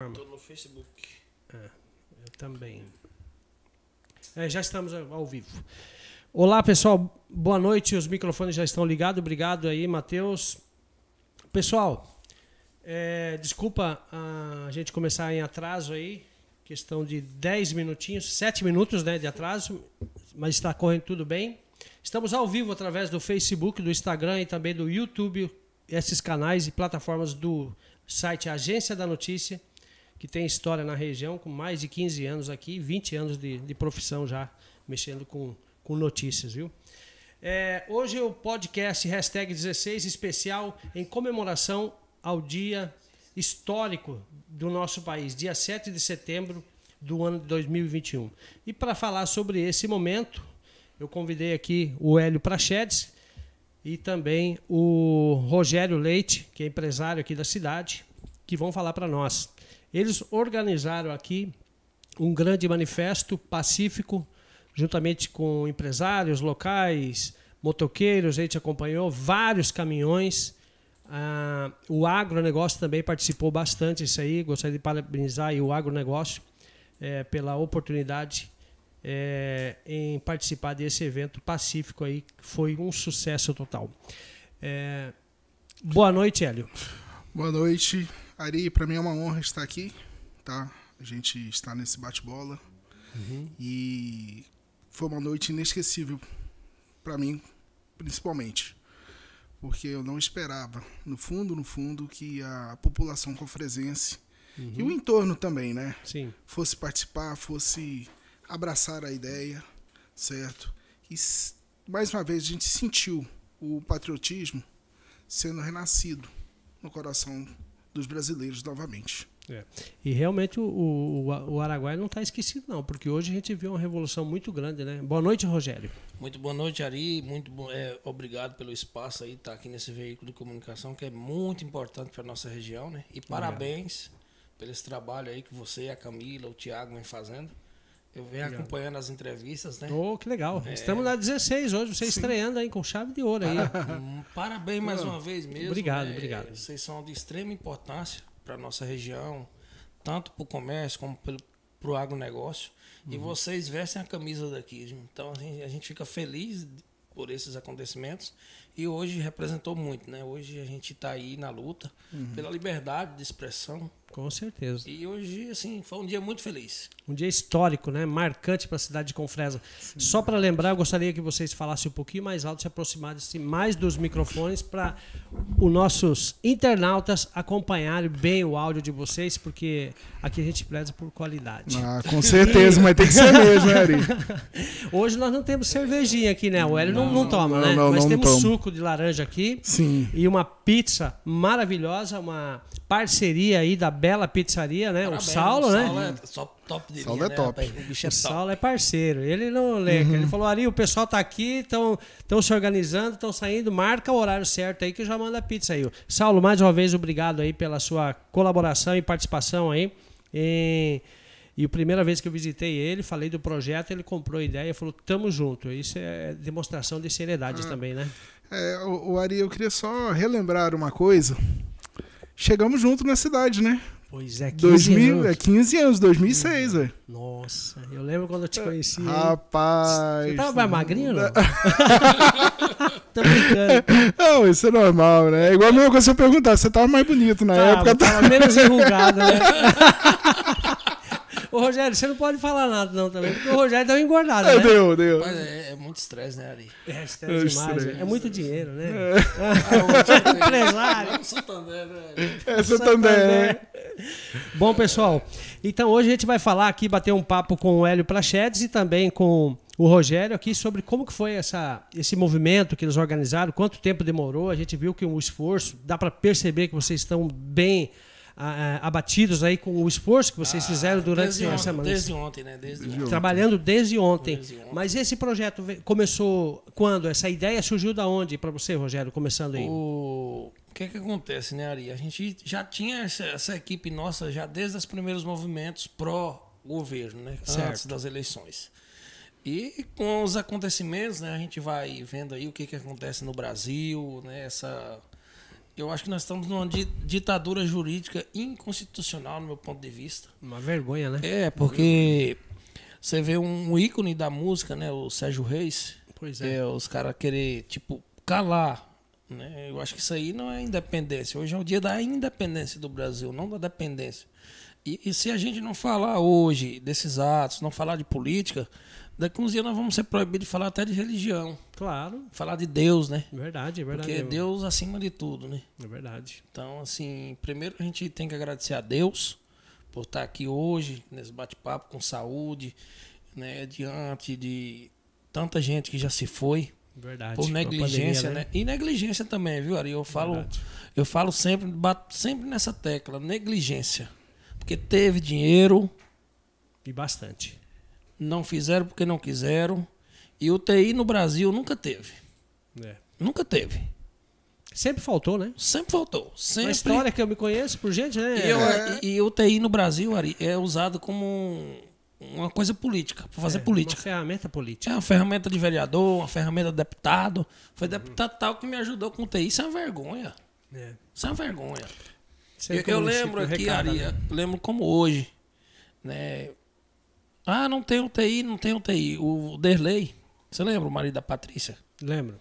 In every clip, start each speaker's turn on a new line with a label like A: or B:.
A: Estou no Facebook. Ah, eu também. É, já estamos ao vivo. Olá, pessoal. Boa noite. Os microfones já estão ligados. Obrigado aí, Matheus. Pessoal, é, desculpa a gente começar em atraso aí. Questão de 10 minutinhos, 7 minutos né, de atraso, mas está correndo tudo bem. Estamos ao vivo através do Facebook, do Instagram e também do YouTube, esses canais e plataformas do site Agência da Notícia que tem história na região, com mais de 15 anos aqui, 20 anos de, de profissão já mexendo com, com notícias, viu? É, hoje o podcast hashtag 16 especial em comemoração ao dia histórico do nosso país, dia 7 de setembro do ano de 2021. E para falar sobre esse momento, eu convidei aqui o Hélio Prachedes e também o Rogério Leite, que é empresário aqui da cidade, que vão falar para nós. Eles organizaram aqui um grande manifesto pacífico, juntamente com empresários locais, motoqueiros, a gente acompanhou vários caminhões. Ah, o agronegócio também participou bastante isso aí. Gostaria de parabenizar o agronegócio eh, pela oportunidade eh, em participar desse evento pacífico aí, que foi um sucesso total. Eh, boa noite, Hélio.
B: Boa noite. Ari, para mim é uma honra estar aqui, tá? A gente está nesse bate-bola
A: Uhum.
B: e foi uma noite inesquecível para mim, principalmente, porque eu não esperava, no fundo, no fundo, que a população cofresense e o entorno também, né,
A: Sim.
B: fosse participar, fosse abraçar a ideia, certo? E s- mais uma vez a gente sentiu o patriotismo sendo renascido no coração dos brasileiros novamente.
A: E realmente o, o, o Araguaia não está esquecido, não, porque hoje a gente viu uma revolução muito grande, né? Boa noite, Rogério.
C: Muito boa noite, Ari. Muito bo- é, obrigado pelo espaço aí, estar aqui nesse veículo de comunicação que é muito importante para nossa região, né? E parabéns pelo esse trabalho aí que você, a Camila, o Tiago vem fazendo. Eu venho acompanhando as entrevistas, né?
A: Oh, que legal. Estamos na 16 hoje, você estreando aí com chave de ouro aí.
C: Hum, Parabéns mais uma vez mesmo.
A: Obrigado,
C: né?
A: obrigado.
C: Vocês são de extrema importância para nossa região, tanto para o comércio como para o agronegócio.
A: Uhum.
C: E vocês vestem a camisa daqui. gente. Então a gente, a gente fica feliz por esses acontecimentos. E hoje representou muito, né? Hoje a gente está aí na luta
A: Uhum.
C: pela liberdade de expressão.
A: Com certeza.
C: E hoje, assim, foi um dia muito feliz.
A: Um dia histórico, né? Marcante para a cidade de Confresa. Só para lembrar, eu gostaria que vocês falassem um pouquinho mais alto, se aproximassem mais dos microfones para os nossos internautas acompanharem bem o áudio de vocês, porque aqui a gente preza por qualidade.
B: Ah, com certeza, mas tem que ser mesmo, né, Ari?
A: Hoje nós não temos cervejinha aqui, né? O Hélio não, não toma,
B: não,
A: né?
B: não,
A: Mas
B: não
A: temos
B: tomo.
A: suco de laranja aqui.
B: Sim.
A: E uma pizza maravilhosa, uma parceria aí da Bela Pizzaria, né?
C: Parabéns,
A: o Saulo, né?
C: Saulo é só top de
B: Saulo
C: linha,
B: é
C: né,
B: top.
C: rapaz? O bicho é
A: O
C: top.
A: Saulo é parceiro, ele não leca. Ele falou, Ari, o pessoal tá aqui, estão se organizando, estão saindo, marca o horário certo aí que eu já mando a pizza aí. Saulo, mais uma vez, obrigado aí pela sua colaboração e participação aí. E, e a primeira vez que eu visitei ele, falei do projeto, ele comprou a ideia e falou, tamo junto. Isso é demonstração de seriedade
B: Ah.
A: também, né?
B: É, o, o Ari, eu queria só relembrar uma coisa. Chegamos junto na cidade, né?
A: Pois é, 15
B: 2000, é
A: anos.
B: 15 anos, 2006, velho.
A: Nossa, eu lembro quando eu te conheci. hein?
B: Hum. Rapaz.
A: Você tava mais magrinho ou não? Tô brincando.
B: Não, isso é normal, né? É igual a mesma coisa se eu perguntar, você tava mais bonito na
A: Tava,
B: época. tá-
A: tava menos enrugado, né? Ô, Rogério, você não pode falar nada não também, porque o Rogério deu uma engordada, né?
B: Deu, deu.
C: Mas é, é muito estresse, né, Ari?
A: É, estresse
B: Eu
A: demais,
B: estresse.
A: é muito dinheiro, né?
B: É,
C: Empresário.
A: Empresário.
C: Vamos, Santander, né?
B: Essa também, né?
A: tá Bom, pessoal, então hoje a gente vai falar aqui, bater um papo com o Hélio Prachedes e também com o Rogério aqui sobre como que foi essa, esse movimento que eles organizaram, quanto tempo demorou, a gente viu que um esforço, dá para perceber que vocês estão bem ah, ah, abatidos aí com o esforço que vocês fizeram durante
C: Ah, desde
A: a
C: ontem,
A: semana.
C: Desde ontem, né? Desde, ontem.
A: Trabalhando desde ontem.
C: Desde ontem.
A: Mas esse projeto ve- começou quando? Essa ideia surgiu da onde para você, Rogério, começando aí?
C: O o que que acontece, né, Ari? A gente já tinha essa, essa equipe nossa já desde os primeiros movimentos pró-governo, né? Antes
A: Certo.
C: das eleições. E com os acontecimentos, né, a gente vai vendo aí o que, que acontece no Brasil, né, essa Eu acho que nós estamos numa di- ditadura jurídica inconstitucional, no meu ponto de vista.
A: Uma vergonha, né?
C: É, porque você vê um ícone da música, né? O Sérgio Reis.
A: Pois é.
C: É, os caras querer, tipo, calar. Né? Eu acho que isso aí não é independência. Hoje é o dia da independência do Brasil, não da dependência. E, e se a gente não falar hoje desses atos, não falar de política, daqui uns dias nós vamos ser proibidos de falar até de religião,
A: Claro,
C: falar de Deus, né?
A: verdade, é verdade.
C: Porque é Deus acima de tudo, né?
A: É verdade.
C: Então, assim, primeiro a gente tem que agradecer a Deus por estar aqui hoje, nesse bate-papo com saúde, né? Diante de tanta gente que já se foi,
A: Verdade.
C: por
A: Com a
C: negligência,
A: pandemia,
C: né? E negligência também, viu, Ari? Eu falo,
A: Verdade.
C: eu falo sempre, bato sempre nessa tecla, negligência. Porque teve dinheiro,
A: E bastante.
C: não fizeram porque não quiseram, e o TI no Brasil nunca teve.
A: É.
C: Nunca teve.
A: Sempre faltou, né?
C: Sempre faltou. Sempre.
A: Na história que eu me conheço, por gente, né?
C: E, eu- e- e o TI no Brasil, Ari, é usado como um- uma coisa política, para fazer
A: É,
C: política.
A: Uma ferramenta política.
C: É uma ferramenta de vereador, uma ferramenta de deputado.
A: Uhum.
C: Foi deputado tal que me ajudou com o TI. Isso é uma vergonha.
A: É.
C: Isso é uma vergonha. Eu,
A: Sempre
C: eu
A: o município
C: lembro aqui,
A: arrecada,
C: Ari,
A: né?
C: eu lembro como hoje. Né? Ah, não tem UTI, não tem UTI. O Derlei, você lembra o marido da Patrícia?
A: Lembro.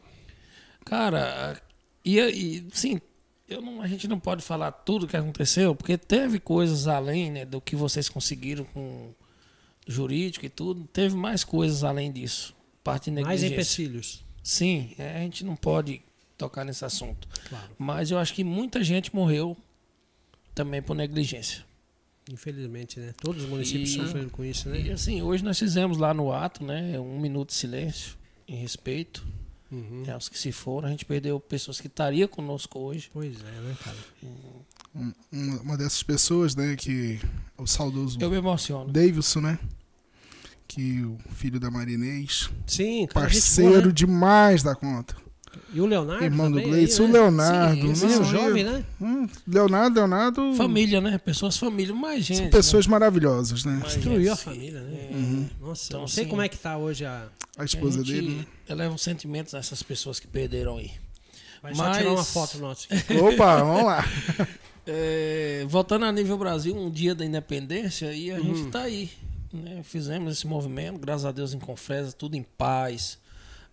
C: Cara, e, e sim, eu não, a gente não pode falar tudo que aconteceu, porque teve coisas além né, do que vocês conseguiram com jurídico e tudo, teve mais coisas além disso. Parte de
A: Mais
C: negligência.
A: empecilhos.
C: Sim, é, a gente não pode tocar nesse assunto.
A: Claro.
C: Mas eu acho que muita gente morreu também por negligência.
A: Infelizmente, né? Todos os municípios
C: E-
A: sofreram com isso, né?
C: E assim, hoje nós fizemos lá no ato, né, um minuto de silêncio em respeito.
A: Uhum.
C: né, aos que se foram, a gente perdeu pessoas que estariam conosco hoje.
A: Pois é, né, cara?
B: Um- uma, uma dessas pessoas, né, que o saudoso
C: Eu me emociono.
B: Davidson, né? Que o filho da Marinês,
A: Sim, cara, gente boa,
B: parceiro
A: né?
B: demais da conta.
A: E o Leonardo.
B: Irmão do
A: também
B: Gleitson, é um
A: aí, né?
B: o Leonardo.
C: Sim, esse é um
A: Sim,
B: não,
A: o jovem, né?
B: hum, Leonardo,
A: Hum.
B: Leonardo.
C: Família, né? Pessoas, família, mais gente.
B: São
C: né?
B: pessoas maravilhosas, né?
C: Mas-
A: Destruiu a
C: Sim.
A: família, né?
C: É,
B: Uhum.
A: Nossa,
C: Então,
A: não sei
C: assim,
A: como é que tá hoje a.
B: A esposa
C: a gente
B: dele. Né?
C: Eleva os sentimentos dessas pessoas que perderam aí.
A: Vai só tirar uma
C: mas-
A: foto nossa.
B: né? Opa, vamos lá.
C: É, voltando a nível Brasil, um dia da independência, e a
A: Hum.
C: gente tá aí. Né? Fizemos esse movimento, graças a Deus em Confresa, tudo em paz.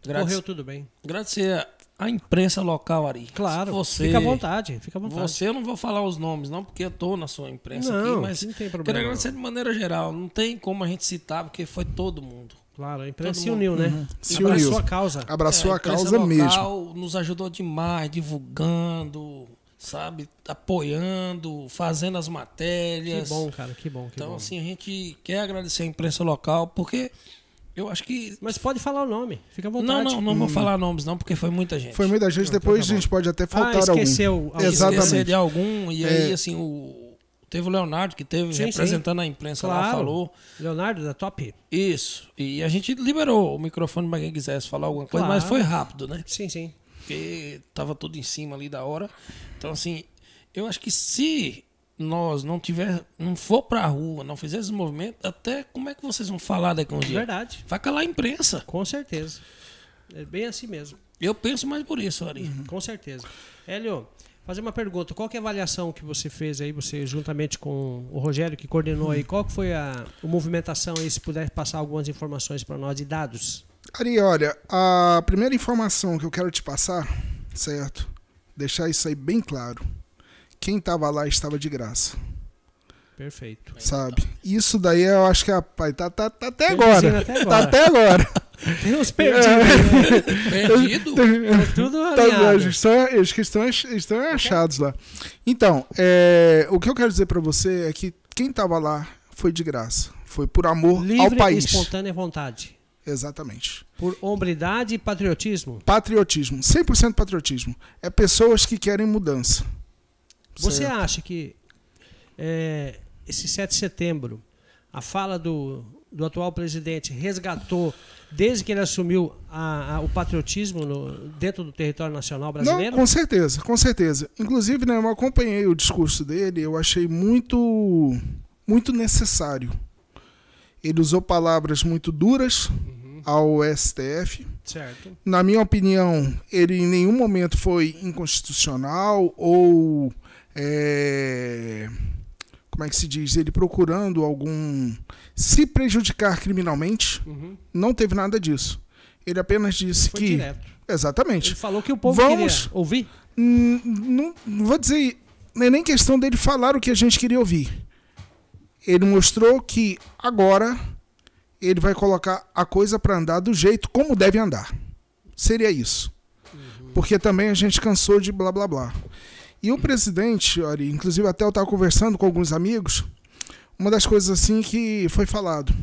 C: Graças,
A: Correu tudo bem.
C: Agradecer a- a imprensa local, Ari.
A: Claro.
C: Você,
A: Fica à vontade, fica à vontade.
C: Você, eu não vou falar os nomes, não, porque eu tô na sua imprensa
A: Não,
C: aqui, mas
A: não tem
C: quero
A: problema,
C: agradecer de maneira geral. Não tem como a gente citar, porque foi todo mundo.
A: Claro, a imprensa
C: Todo
A: se
C: mundo.
A: uniu, né?
B: Uhum. Se
A: Abraçou
B: uniu. Ah,
A: a causa.
B: Abraçou
C: É,
B: a
C: imprensa
B: causa mesmo.
C: local Nos ajudou demais, divulgando, sabe, apoiando, fazendo as
A: Que
C: matérias.
A: bom, cara, que bom. Que
C: Então,
A: bom.
C: assim, a gente quer agradecer a imprensa local, porque eu acho que.
A: Mas pode falar o nome, fica à
C: Não,
A: vontade. Hum.
C: não, não vou falar nomes, não, porque foi muita gente.
B: Foi muita
A: então
B: gente, depois a gente pode até faltar
A: tá Ah, esqueceu
B: algum.
A: alguém.
C: esquecer
B: Exatamente.
C: de algum. E
B: É.
C: aí, assim, o. Teve o Leonardo que teve
A: Sim,
C: representando a imprensa lá,
A: Claro.
C: falou.
A: Leonardo, da Top?
C: Isso. E a gente liberou o microfone para quem quisesse falar alguma coisa, mas
A: Claro.
C: foi rápido, né?
A: Sim, sim.
C: Porque tava tudo em cima ali da hora. Então, assim, eu acho que se nós não tiver, não for pra rua, não fizer esse movimento, até como é que vocês vão falar daqui a um dia?
A: Verdade,
C: Vai calar a imprensa.
A: com certeza. É bem assim mesmo,
C: Eu penso mais por isso, Ari.
B: Uhum.
A: com certeza. Hélio, fazer uma pergunta. Qual que é a avaliação que você fez aí, você juntamente com o Rogério, que coordenou aí? Qual que foi a, a movimentação aí, se puder passar algumas informações para nós de dados?
B: Ari, olha, a primeira informação que eu quero te passar, certo? Deixar isso aí bem claro. Quem estava lá estava de graça,
A: Perfeito.
B: sabe? Isso daí eu acho que é a pai tá, tá, tá até
A: Tô
B: agora.
A: dizendo até
B: Tá
A: agora.
B: até agora.
A: Tem uns perdidos,
C: Perdido?
A: tá tudo
B: Tá,
A: alinhado.
B: eles, estão, eles que estão, ach- estão achados lá. Então, é, o que eu quero dizer pra você é que quem tava lá foi de graça. Foi por amor ao
A: Livre e
B: país.
A: espontânea vontade.
B: Exatamente.
A: Por hombridade e patriotismo.
B: Patriotismo, 100% patriotismo. É pessoas que querem mudança.
A: Você
B: Certo.
A: acha que é, esse 7 de setembro, a fala do, do atual presidente resgatou, desde que ele assumiu a- a- o patriotismo no- dentro do território nacional
B: Não,
A: brasileiro?
B: com certeza, com certeza. Inclusive, né, eu acompanhei o discurso dele, eu achei muito muito
A: Uhum.
B: necessário. Ele usou palavras muito duras ao STF,
A: Certo.
B: Na minha opinião, ele em nenhum momento foi inconstitucional ou. é, como é que se diz? Ele procurando algum. se prejudicar criminalmente.
A: Uhum.
B: Não teve nada disso. Ele apenas disse
A: Foi
B: que.
A: direto. Ele
B: Exatamente.
A: falou que o povo
B: Vamos-
A: queria ouvir.
B: Hum, Não, não vou dizer. Não é nem questão dele falar o que a gente queria ouvir. Ele mostrou que agora ele vai colocar a coisa para andar do jeito como deve andar. Seria isso. Porque também a gente cansou de blá blá blá. E o presidente, Ori, inclusive até eu estava conversando com alguns amigos, uma das coisas assim que foi falado.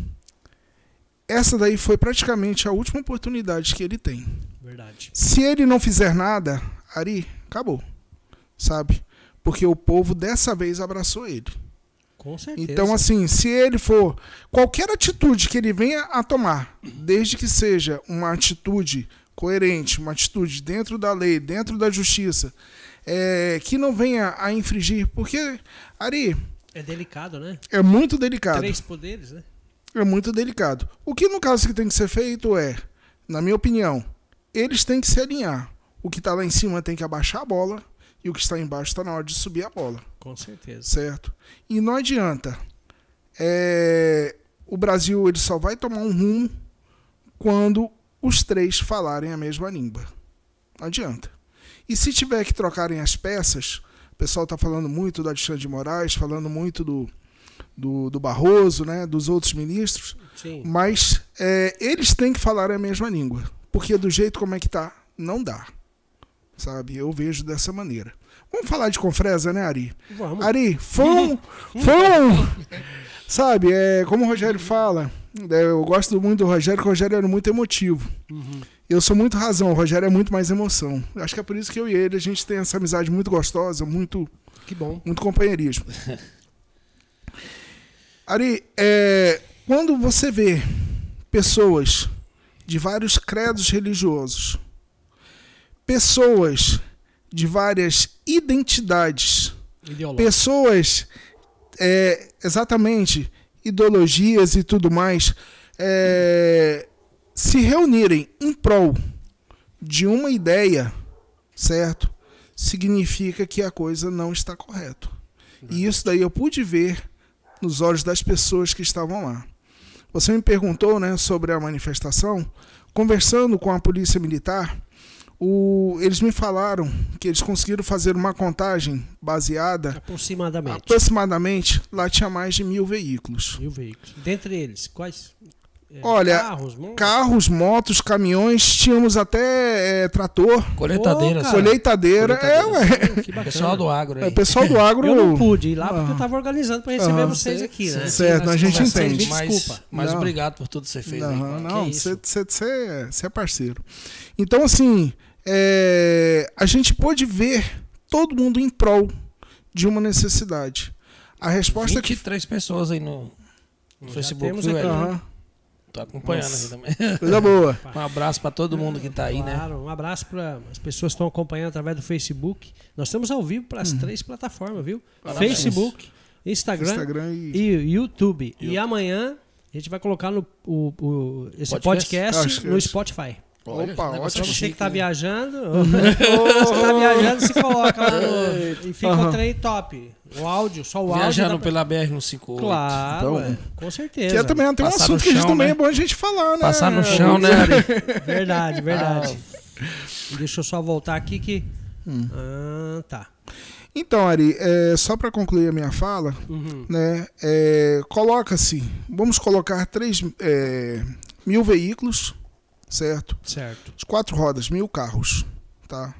B: Essa daí foi praticamente a última oportunidade que ele tem.
A: Verdade.
B: Se ele não fizer nada, Ari, acabou. Sabe? Porque o povo dessa vez abraçou ele.
A: Com certeza.
B: Então, assim, se ele for. Qualquer atitude que ele venha a tomar, desde que seja uma atitude coerente, uma atitude dentro da lei, dentro da justiça, é, que não venha a infringir. Porque, Ari,
A: é delicado, né?
B: é muito delicado.
A: Três poderes, né?
B: É muito delicado. O que no caso que tem que ser feito é, na minha opinião, eles têm que se alinhar. O que está lá em cima tem que abaixar a bola e o que está embaixo está na hora de subir a bola,
A: Com certeza.
B: certo? E não adianta. É, o Brasil ele só vai tomar um rumo quando os três falarem a mesma língua. Não adianta. E se tiver que trocarem as peças, o pessoal está falando muito do Alexandre de Moraes, falando muito do, do, do Barroso, né, dos outros ministros.
A: Sim.
B: Mas é, eles têm que falar a mesma língua. Porque do jeito como é que tá, não dá. Sabe? Eu vejo dessa maneira. Vamos falar de Confresa, né, Ari?
A: Vamos.
B: Ari, foi um. Foi um sabe, é, como o Rogério fala, é, eu gosto muito do Rogério, porque o Rogério era muito emotivo.
A: Uhum.
B: Eu sou muito razão, o Rogério é muito mais emoção. Acho que é por isso que eu e ele, a gente tem essa amizade muito gostosa, muito
A: Que bom.
B: muito companheirismo. Ari, é, quando você vê pessoas de vários credos religiosos, pessoas de várias identidades,
A: Ideológico.
B: pessoas é, exatamente ideologias e tudo mais é, se reunirem em prol de uma ideia, certo? Significa que a coisa não está correta. E isso daí eu pude ver nos olhos das pessoas que estavam lá. Você me perguntou, né, sobre a manifestação. Conversando com a polícia militar, o- eles me falaram que eles conseguiram fazer uma contagem baseada
A: Aproximadamente.
B: Aproximadamente, lá tinha mais de mil veículos.
A: Mil veículos. Dentre eles, quais? É,
B: Olha,
A: carros, mon-
B: Carros, motos, caminhões, tínhamos até é, trator,
C: Colheitadeiras.
A: Ô, cara.
B: colheitadeira. É, ué.
A: que bacana.
C: Pessoal do agro aí.
B: É, O pessoal do agro.
A: Eu não pude ir lá porque
B: Ah.
A: eu tava organizando pra receber
B: Aham.
A: vocês aqui, né?
B: Certo, a gente
A: conversamos,
B: entende.
A: me
C: Desculpa.
A: desculpa.
C: Mas
B: Não.
C: obrigado por tudo que você fez. né? aí,
B: Não,
C: mano.
B: não,
A: que isso?
B: você é parceiro. Então, assim, é, a gente pôde ver todo mundo em prol de uma necessidade. A resposta é que.
C: 23 pessoas aí no, no
A: Já
C: Facebook,
A: temos
C: viu,
A: aqui.
C: Hélio?
B: Aham,
C: Tô acompanhando aqui também.
B: coisa boa.
C: Um abraço pra todo mundo que tá aí, né?
A: Claro, um abraço para as pessoas que estão acompanhando através do Facebook. Nós estamos ao vivo para
B: Uhum.
A: as três plataformas, viu?
C: Parabéns.
A: Facebook, Instagram,
B: Instagram e.
A: e YouTube. E amanhã a gente vai colocar no, o, o- esse
C: Podcast?
A: podcast,
B: Ah, Acho que é
A: no
B: isso. é.
A: Spotify.
B: Opa,
C: negócio
A: Só
B: ótimo.
A: você
C: chique,
A: que tá
C: né?
A: viajando, você que tá viajando, se coloca lá no, e fica o
B: Aham.
A: trem top. O áudio, só o áudio.
C: Viajando
A: dá pra-
C: pela BR-158.
A: Claro,
B: Então-
A: é, com certeza.
B: Que é também tem um
C: Passar no
B: assunto que a gente
C: chão,
B: também
C: né?
B: é bom a gente falar, né?
C: Passar no chão, né, Ari?
A: Verdade, verdade.
B: Ah.
A: Deixa eu só voltar aqui que.
B: Hum.
A: Ah, tá.
B: Então, Ari, é, só para concluir a minha fala,
A: Uhum.
B: né? é, Coloca-se, vamos colocar 3 mil veículos, certo?
A: Certo.
B: As quatro rodas, mil carros, tá?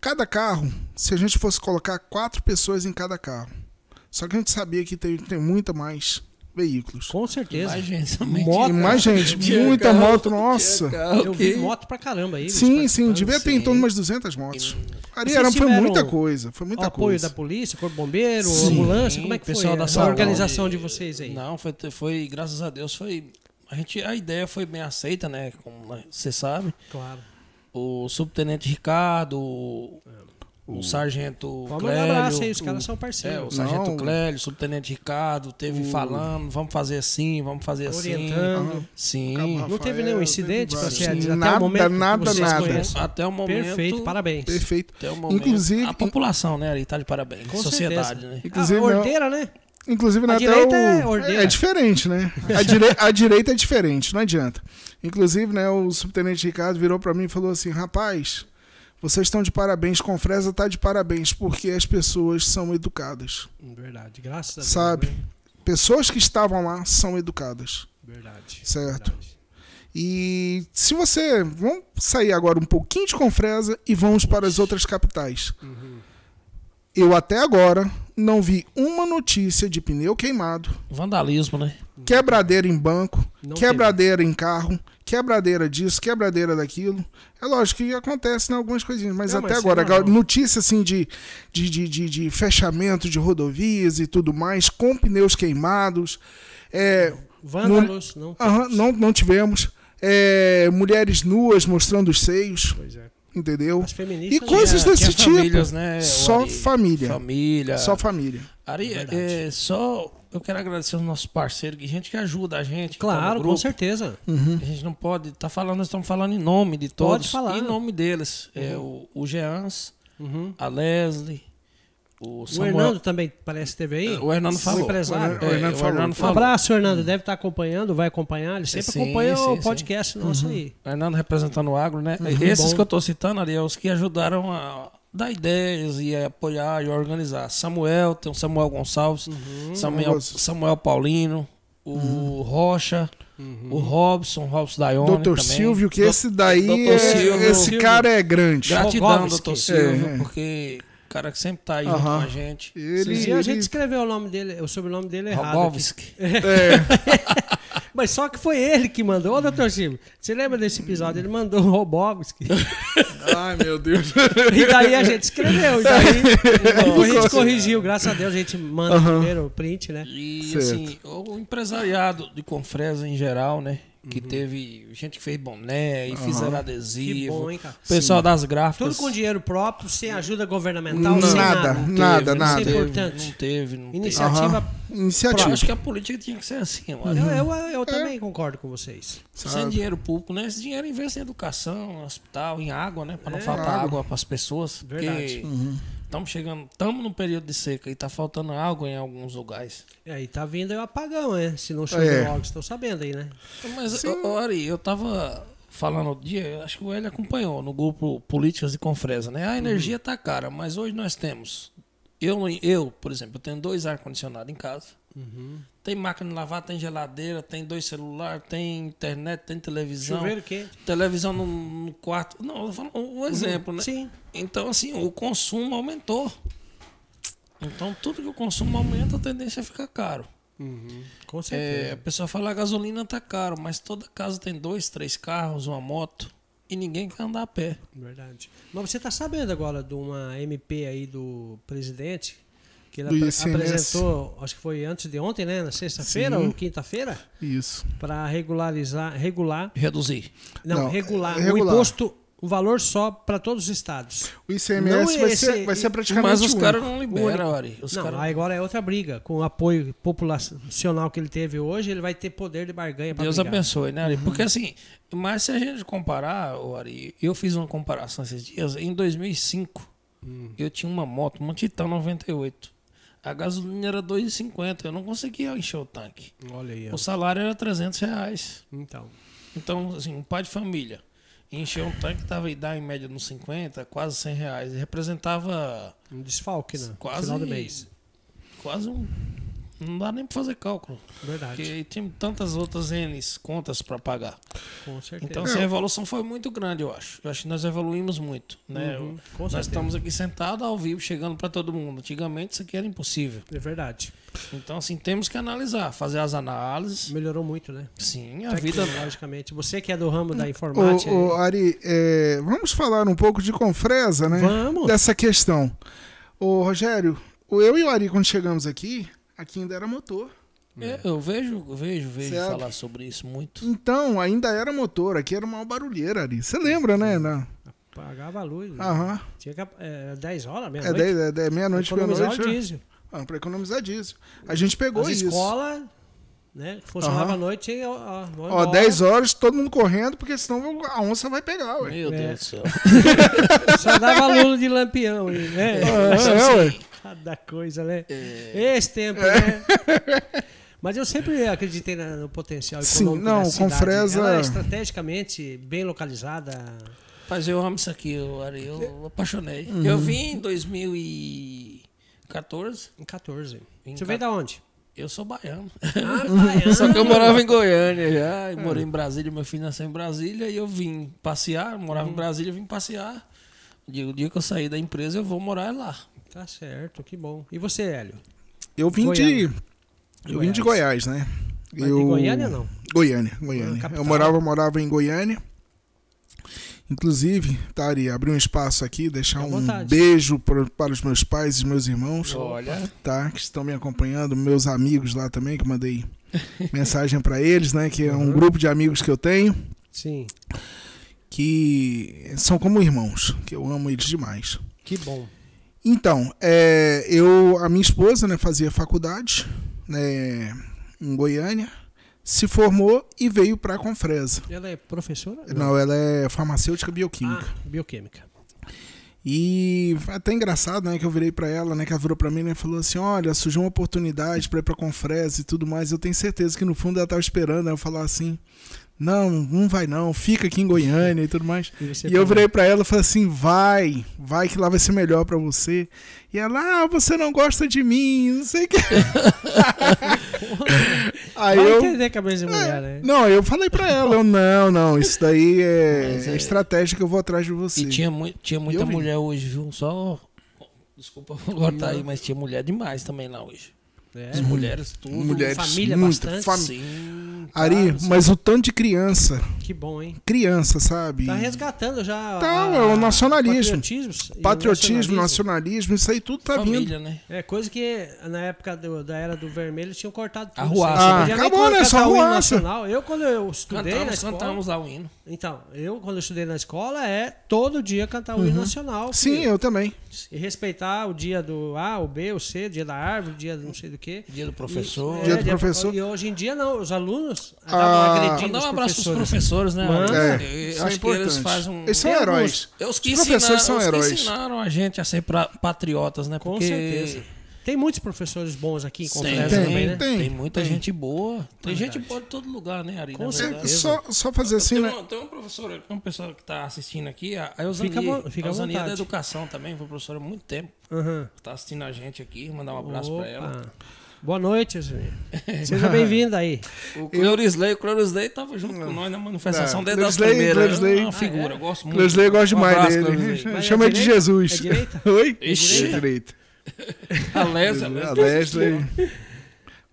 B: Cada carro, se a gente fosse colocar quatro pessoas em cada carro, só que a gente sabia que tem, tem muita mais veículos.
A: Com certeza.
C: Mais gente também.
A: Moto.
B: E mais gente, muita
C: carro,
B: moto, nossa.
A: Eu vi moto pra caramba aí.
B: Sim,
A: eles
B: sim,
A: participando.
B: devia ter em
C: sim.
B: torno de umas 200 motos. Ari,
A: Vocês
B: era, foi
A: tiveram
B: muita coisa, foi muita
A: o apoio
B: coisa.
A: da polícia, corpo de bombeiro,
B: Sim.
A: ambulância, como é que
C: Pessoal
A: foi
C: da
A: essa
C: saúde.
A: organização de vocês aí?
C: Não, foi, foi, graças a Deus, foi. A, gente, a ideia foi bem aceita, né? Como você sabe.
A: Claro.
C: O subtenente Ricardo, o
B: O
C: O, sargento
A: Vamos
C: Clélio.
A: um abraço aí, os
C: o-
A: caras são assim.
C: É, o
A: parceiros.
C: sargento
B: Não.
C: Clélio, o subtenente Ricardo, teve falando, vamos fazer assim, vamos fazer assim.
A: orientando.
C: Sim.
B: Calma,
A: Não teve
B: Rafael,
A: nenhum
B: teve
A: incidente pra
B: vários.
A: ser até
B: Nada,
A: o momento que
B: nada,
A: vocês
B: nada.
A: conhecem?
C: Até o momento.
A: Perfeito, parabéns.
B: Perfeito.
C: Até o momento.
B: Inclusive-
C: a população, né, Ari, tá de parabéns.
A: Com
C: Sociedade,
A: certeza.
C: né?
B: Inclusive,
A: a
B: não-
A: ordeira, né?
B: Inclusive,
A: A
B: né, até
A: direita
B: o...
A: é ordeira.
B: é diferente, né? A, direi- a direita é diferente, não adianta. Inclusive, né, o subtenente Ricardo virou pra mim e falou assim: rapaz, vocês estão de parabéns, Confresa tá de parabéns, porque as pessoas são educadas.
A: Verdade, graças a Deus.
B: Sabe.
A: né?
B: Pessoas que estavam lá são educadas,
A: Verdade.
B: certo?
A: verdade.
B: E se você. Vamos sair agora um pouquinho de Confresa e vamos para as outras capitais.
A: Uhum.
B: Eu até agora não vi uma notícia de pneu queimado,
C: Vandalismo, né?
B: quebradeira em banco,
A: Não
B: quebradeira em carro, quebradeira disso, quebradeira daquilo. É lógico que acontece né, algumas coisinhas, mas
A: Não,
B: até
A: mas isso é
B: agora, agora,
A: normal.
B: notícia assim de, de, de, de, de fechamento de rodovias e tudo mais, com pneus queimados, é,
A: Vândalos, não.
B: aham, não, não tivemos. É, mulheres nuas mostrando os seios,
A: Pois é.
B: entendeu?
A: As feministas.
B: E
A: né?
B: coisas
C: Que é
B: desse tipo.
C: famílias, né, o
B: Só
C: Ari?
B: família.
C: Família.
B: Só família.
C: Ari,
A: Verdade.
C: é, só eu quero agradecer aos nossos parceiros, que gente que ajuda a gente. que tá no
A: Claro, com
C: grupo.
A: certeza.
C: A gente não pode estar falando, nós estamos falando em nome de todos.
A: falar.
C: Em nome deles. É, o, o Jeans,
A: Uhum.
C: a Leslie, o
A: O
C: Samuel.
A: Hernando também parece que teve aí. Um
C: O Hernando falou.
A: empresário.
C: É, o Hernando falou.
A: Um abraço, Hernando. Deve estar acompanhando, vai acompanhar. Ele sempre
C: Sim,
A: acompanha
C: sim,
A: o
C: sim. Uhum.
A: podcast nosso aí.
C: O Hernando representando o agro,
A: Uhum.
C: né? Esses que eu estou citando ali, é os que ajudaram a dar ideias e a apoiar e a organizar. Samuel, tem o Samuel Gonçalves,
A: Uhum.
C: Samuel,
B: Gonçalves.
C: Samuel Paulino, o Rocha,
A: Uhum.
C: o Robson, Robson Daione
B: Doutor
C: né, também.
B: Silvio, que
C: Dou-
B: esse daí.
C: Doutor
B: é-
C: Silvio.
B: esse cara é grande.
C: Gratidão,
A: Rogovski.
C: doutor Silvio,
B: É, é.
C: porque o cara que sempre tá aí junto
B: Aham.
C: com a gente.
B: Ele,
A: E a gente
B: ele-
A: escreveu o nome dele, o sobrenome dele errado. aqui.
C: Rogovski.
B: é,
A: Mas só que foi ele que mandou. Ô, doutor Silvio, você lembra desse episódio? Ele mandou o Robovski.
B: Ai, meu Deus.
A: E daí a gente escreveu. E daí a gente corrigiu. Graças a Deus a gente manda
B: Aham.
A: primeiro o print, né?
C: E
B: Certo.
C: assim, o empresariado de Confresa em geral, né? Que
A: Uhum.
C: teve gente que fez boné e fizeram adesivo.
A: Que bom, hein, cara?
C: O pessoal das gráficas.
A: Tudo com dinheiro próprio, sem ajuda governamental, sem
B: Nada,
A: nada.
B: nada,
C: Não teve,
A: Isso
C: não
B: nada.
A: é
C: teve,
A: importante. é
C: Não teve, não teve.
A: Iniciativa.
B: Aham. Iniciativa.
C: Eu acho que a política tinha que ser assim,
B: É.
C: olha.
A: Eu, eu- eu também concordo com vocês.
C: Sem dinheiro público, né? Esse dinheiro investe em educação, hospital, em água, né? Pra não faltar água para as pessoas.
A: É, Verdade. Uhum.
C: Estamos chegando, estamos num período de seca e tá faltando água em alguns lugares.
A: E aí tá vindo o apagão, né? Se não chover
B: É.
A: logo, estão sabendo aí, né?
C: Mas, ô, ô, Ari, eu tava falando outro dia, eu acho que o Hélio acompanhou no grupo Políticas de Confresa, né? A
A: Uhum.
C: energia tá cara, mas hoje nós temos. Eu, eu por exemplo, eu tenho dois ar-condicionado em casa.
A: Uhum.
C: Tem máquina de lavar, tem geladeira, tem dois celulares, tem internet, tem televisão.
A: Chuveiro quente.
C: Televisão no, no quarto. Não, eu falo um exemplo, né?
A: Sim.
C: Então, assim, o consumo aumentou. Então, tudo que o consumo aumenta, a tendência é ficar caro.
A: Com
C: É,
A: certeza.
C: a pessoa fala a gasolina tá caro, mas toda casa tem dois, três carros, uma moto e ninguém quer andar a pé.
A: Verdade. Mas você tá sabendo agora de uma MP aí do presidente, que ele
B: Do
A: apre-
B: ICMS.
A: apresentou, acho que foi antes de ontem, né? Na sexta-feira
B: Sim.
A: ou quinta-feira,
B: Isso.
A: para regularizar, regular,
C: Reduzir.
A: não,
B: Não,
A: regular,
B: é
A: o
B: regular.
A: imposto, um valor só para todos os estados.
B: O ICMS
A: Não
B: vai,
A: esse-
B: ser, vai ser praticamente.
C: Mas os
B: único.
C: caras não liberam, Ari. Os
A: não,
C: caras
A: aí agora é outra briga. Com o apoio populacional que ele teve hoje, ele vai ter poder de barganha para
C: Deus
A: brigar.
C: abençoe, né, Ari? Porque assim, mas se a gente comparar, ô, Ari, eu fiz uma comparação esses dias, em 2005, eu tinha uma moto, uma Titan 98. A gasolina era 2,50, eu não conseguia encher o tanque.
A: Olha aí. ó.
C: O salário era 300 reais.
A: Então,
C: Então, assim, um pai de família encher um tanque tava aí, dá em média nos 50, quase 100 reais. E representava
A: um desfalque, né?
C: quase.
A: Final do mês.
C: Quase um. Não dá nem pra fazer cálculo.
A: Tá Verdade.
C: Porque tinha tantas outras N's contas pra pagar.
A: Com certeza.
C: Então, assim, a evolução foi muito grande, eu acho. Eu acho que nós evoluímos muito, né?
A: Uhum,
C: Eu-
A: com
C: nós
A: certeza.
C: estamos aqui sentados ao vivo, chegando para todo mundo. Antigamente isso aqui era impossível.
A: É verdade.
C: Então, assim, temos que analisar, fazer as análises.
A: Melhorou muito, né?
C: Sim, É
B: Tá
C: a vida
A: Logicamente. Você que é do ramo da informática.
B: Ô, ô, Ari, é, vamos falar um pouco de Confresa, né?
A: Vamos.
B: Dessa questão. Ô, Rogério, o- eu e o Ari, quando chegamos aqui, aqui ainda era motor.
A: É.
C: Eu, É, eu vejo, eu vejo, vejo
B: Certo.
C: falar sobre isso muito.
B: Então, ainda era motor, aqui era uma barulheira, Ari. Você lembra, né? Na-
A: Pagava a luz. né?
B: Aham.
A: Tinha que, é, 10 horas mesmo.
B: Ah. É, dez- é, dez- meia-noite,
A: Economizar o
B: meia-noite. né?
A: diesel.
B: Ah, pra economizar diesel. A gente pegou
A: As
B: isso.
A: escolas, né? que Funcionava
B: Aham.
A: à noite e ó, ó, vamos
B: Ó,
A: embora.
B: 10 horas, todo mundo correndo, porque senão a onça vai pegar, ué.
D: Meu
A: É.
D: Deus do céu.
A: Só dava lula de lampião, né?
B: Ah, é,
C: assim,
B: ué.
A: Cada coisa, né?
B: É.
A: Esse tempo, né? Mas eu sempre acreditei na- no potencial
B: Sim,
A: econômico
B: não,
A: da
B: com
A: cidade.
B: Fresa-
A: Ela é estrategicamente bem localizada.
C: Mas eu amo isso aqui, eu, Ari,
B: É.
C: eu apaixonei.
B: Uhum.
C: Eu vim em 2014,
A: Em 14.
C: Em
A: Você veio da onde?
C: eu sou baiano.
A: Ah,
C: Só que eu morava em Goiânia já,
A: É.
C: e morei em Brasília, meu filho nasceu em Brasília, e eu vim passear, eu morava
A: Hum.
C: em Brasília, eu vim passear. Digo, o dia que eu sair da empresa, eu vou morar lá.
A: Tá certo, que bom. E você, Hélio?
B: Eu vim
A: Goiânia.
B: de. Eu vim de Goiás, né?
A: Mas de Goiânia, não?
B: Goiânia,
A: Ah,
B: Goiânia.
A: capital.
B: eu morava, morava em Goiânia. Inclusive, Tari, abrir um espaço aqui, deixar
A: Fica à
B: um
A: vontade.
B: beijo pro- para os meus pais e meus irmãos,
C: Olha,
B: tá? Que estão me acompanhando, meus amigos lá também, que eu mandei mensagem para eles, né? Que é
A: Uhum.
B: um grupo de amigos que eu tenho,
A: Sim,
B: que são como irmãos, que eu amo eles demais.
A: que bom.
B: Então, é, eu, a minha esposa, né, fazia faculdade, né, em Goiânia, se formou e veio para Confresa.
A: Ela é professora?
B: Não, ela é farmacêutica bioquímica.
A: Ah, bioquímica.
B: E foi até engraçado, né, que eu virei para ela, né, que ela virou para mim, né, e falou assim: "Olha, surgiu uma oportunidade para ir para Confresa e tudo mais". Eu tenho certeza que no fundo ela tava esperando né, eu falar assim: "Não, não vai não, fica aqui em Goiânia e tudo mais".
A: E, você
B: E eu
A: falou,
B: virei pra ela e falei assim: vai, vai que lá vai ser melhor pra você. E ela, ah, você não gosta de mim, não sei o que. Aí
A: Vai
B: eu. É.
A: entender a cabeça de mulher, né?
B: Não, eu falei pra ela, eu, não, não, isso daí
C: Mas
B: é,
C: é-
B: é estratégia que eu vou atrás de
C: e
B: você.
C: tinha, mui- tinha muita
B: Eu vim.
C: mulher hoje, viu? Só. Desculpa cortar aí, mas tinha mulher demais também lá hoje.
A: É,
C: As mulheres, tudo. assim,
B: Mulheres,
A: família
B: muito,
A: bastante.
B: fam-
C: Sim.
B: Ari, tá
C: claro,
B: mas o tanto de criança,
A: Que bom, hein?
B: criança, sabe?
A: Tá resgatando já.
B: Tá,
A: a-
B: é o nacionalismo.
A: Patriotismo, e o
B: Patriotismo, nacionalismo, isso aí tudo tá vindo.
C: família, né?
A: É coisa que na época do- da era do vermelho tinham cortado tudo.
C: Arruaça,
A: Você não
C: né?
A: podia nem
B: Acabou, né?
A: cantar
B: Só
A: o hino
B: arruaça.
A: nacional. Eu, quando eu estudei na
C: Cantamos,
A: escola.
C: cantamos lá o hino.
A: Então, eu, quando eu estudei na escola, é todo dia cantar o hino nacional.
B: Uhum. Sim,
A: filho.
B: eu também.
A: E respeitar o dia do A, o B, o C, o dia da árvore, o dia do não sei do que.
C: Dia do professor.
B: Dia do professor.
A: E hoje em dia, não. Os alunos
B: Ah.
A: acabam agredindo
C: Mandar um
A: os
C: abraço pros
A: professores.
C: professores, né?
A: Manda.
C: Ari?
B: É,
C: Eu
B: isso é
C: acho que eles
B: importante.
C: fazem um.
B: Eles são
C: Tem
B: heróis.
C: alguns. É os que
B: Os professores são
C: ensinaram- os que
B: heróis.
C: ensinaram a gente a ser pra- patriotas, né?
A: Com
C: Porque
A: certeza. Tem muitos professores bons aqui em
C: Tem,
A: Confresa também,
C: tem,
A: né?
B: Tem,
C: tem muita
B: tem.
C: gente boa. Tem gente boa de todo lugar, né, Ari?
A: Com
C: na
B: É,
A: certeza.
C: verdade.
B: só, só fazer assim,
C: Tem,
B: né?
C: uma, tem uma professora, tem uma pessoa que tá assistindo aqui, a a Eusania.
A: Fica à vo- fica à
C: a Eusania é da
A: vontade.
C: Educação também, foi professora há muito tempo.
A: Aham.
C: Tá assistindo a gente aqui, mandar um abraço
A: Opa.
C: pra ela.
A: Boa noite, Zé. Seja bem-vindo aí.
C: O Cleurisley, o Cleurisley tava junto com nós na manifestação
B: Ah,
C: desde as
B: Cleurisley,
C: primeiras.
B: Cleurisley.
C: É uma figura, eu gosto muito.
B: Leslie gosta
C: Um
B: demais
C: abraço,
B: dele.
C: Cleurisley.
A: Mas é
B: Chama de
A: direita?
B: Jesus.
A: É direita?
B: Oi?
C: Ixi.
B: É direita.
C: A Lésia, a Lésia
B: A
C: tá
B: Leslie.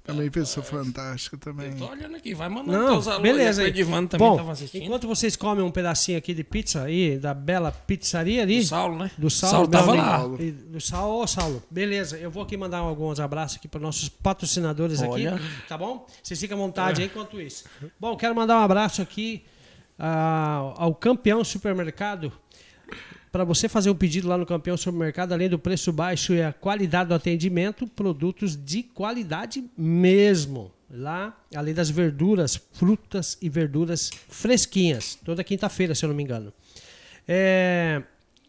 B: Também pessoa fantástica também.
C: Eu tô olhando aqui, vai mandando
A: Não,
C: teus alunos.
A: beleza.
C: aí, o Edivano também
A: Bom,
C: tava assistindo.
A: enquanto vocês comem um pedacinho aqui de pizza aí, da bela pizzaria ali,
C: O Saulo, né?
A: do Saulo,
C: Saulo
A: meu
C: tava
A: amigo.
C: lá.
A: E do Saulo, ô Saulo, beleza, eu vou aqui mandar alguns abraços aqui para nossos patrocinadores
C: Olha. É.
A: aqui, tá bom? Vocês ficam à vontade aí enquanto isso. Bom, quero mandar um abraço aqui ah, ao Campeão Supermercado, Para você fazer um pedido lá no Campeão Supermercado, além do preço baixo e a qualidade do atendimento, produtos de qualidade mesmo. Lá, além das verduras, frutas e verduras fresquinhas, toda quinta-feira, se eu não me engano. É,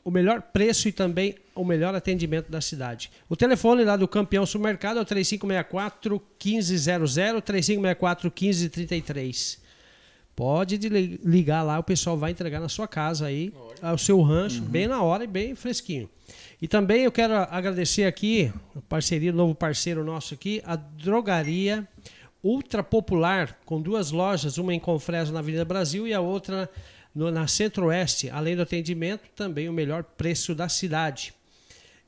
A: o melhor preço e também o melhor atendimento da cidade. O telefone lá do Campeão Supermercado é o 3564 1500, 3564 1533. Pode de li- ligar lá, o pessoal vai entregar na sua casa aí, o seu rancho, bem na hora e bem fresquinho. E também eu quero agradecer aqui, a parceria, o novo parceiro nosso aqui, a Drogaria Ultra Popular, com duas lojas, uma em Confresa na Avenida Brasil e a outra no- na Centro-Oeste. Além do atendimento, também o melhor preço da cidade.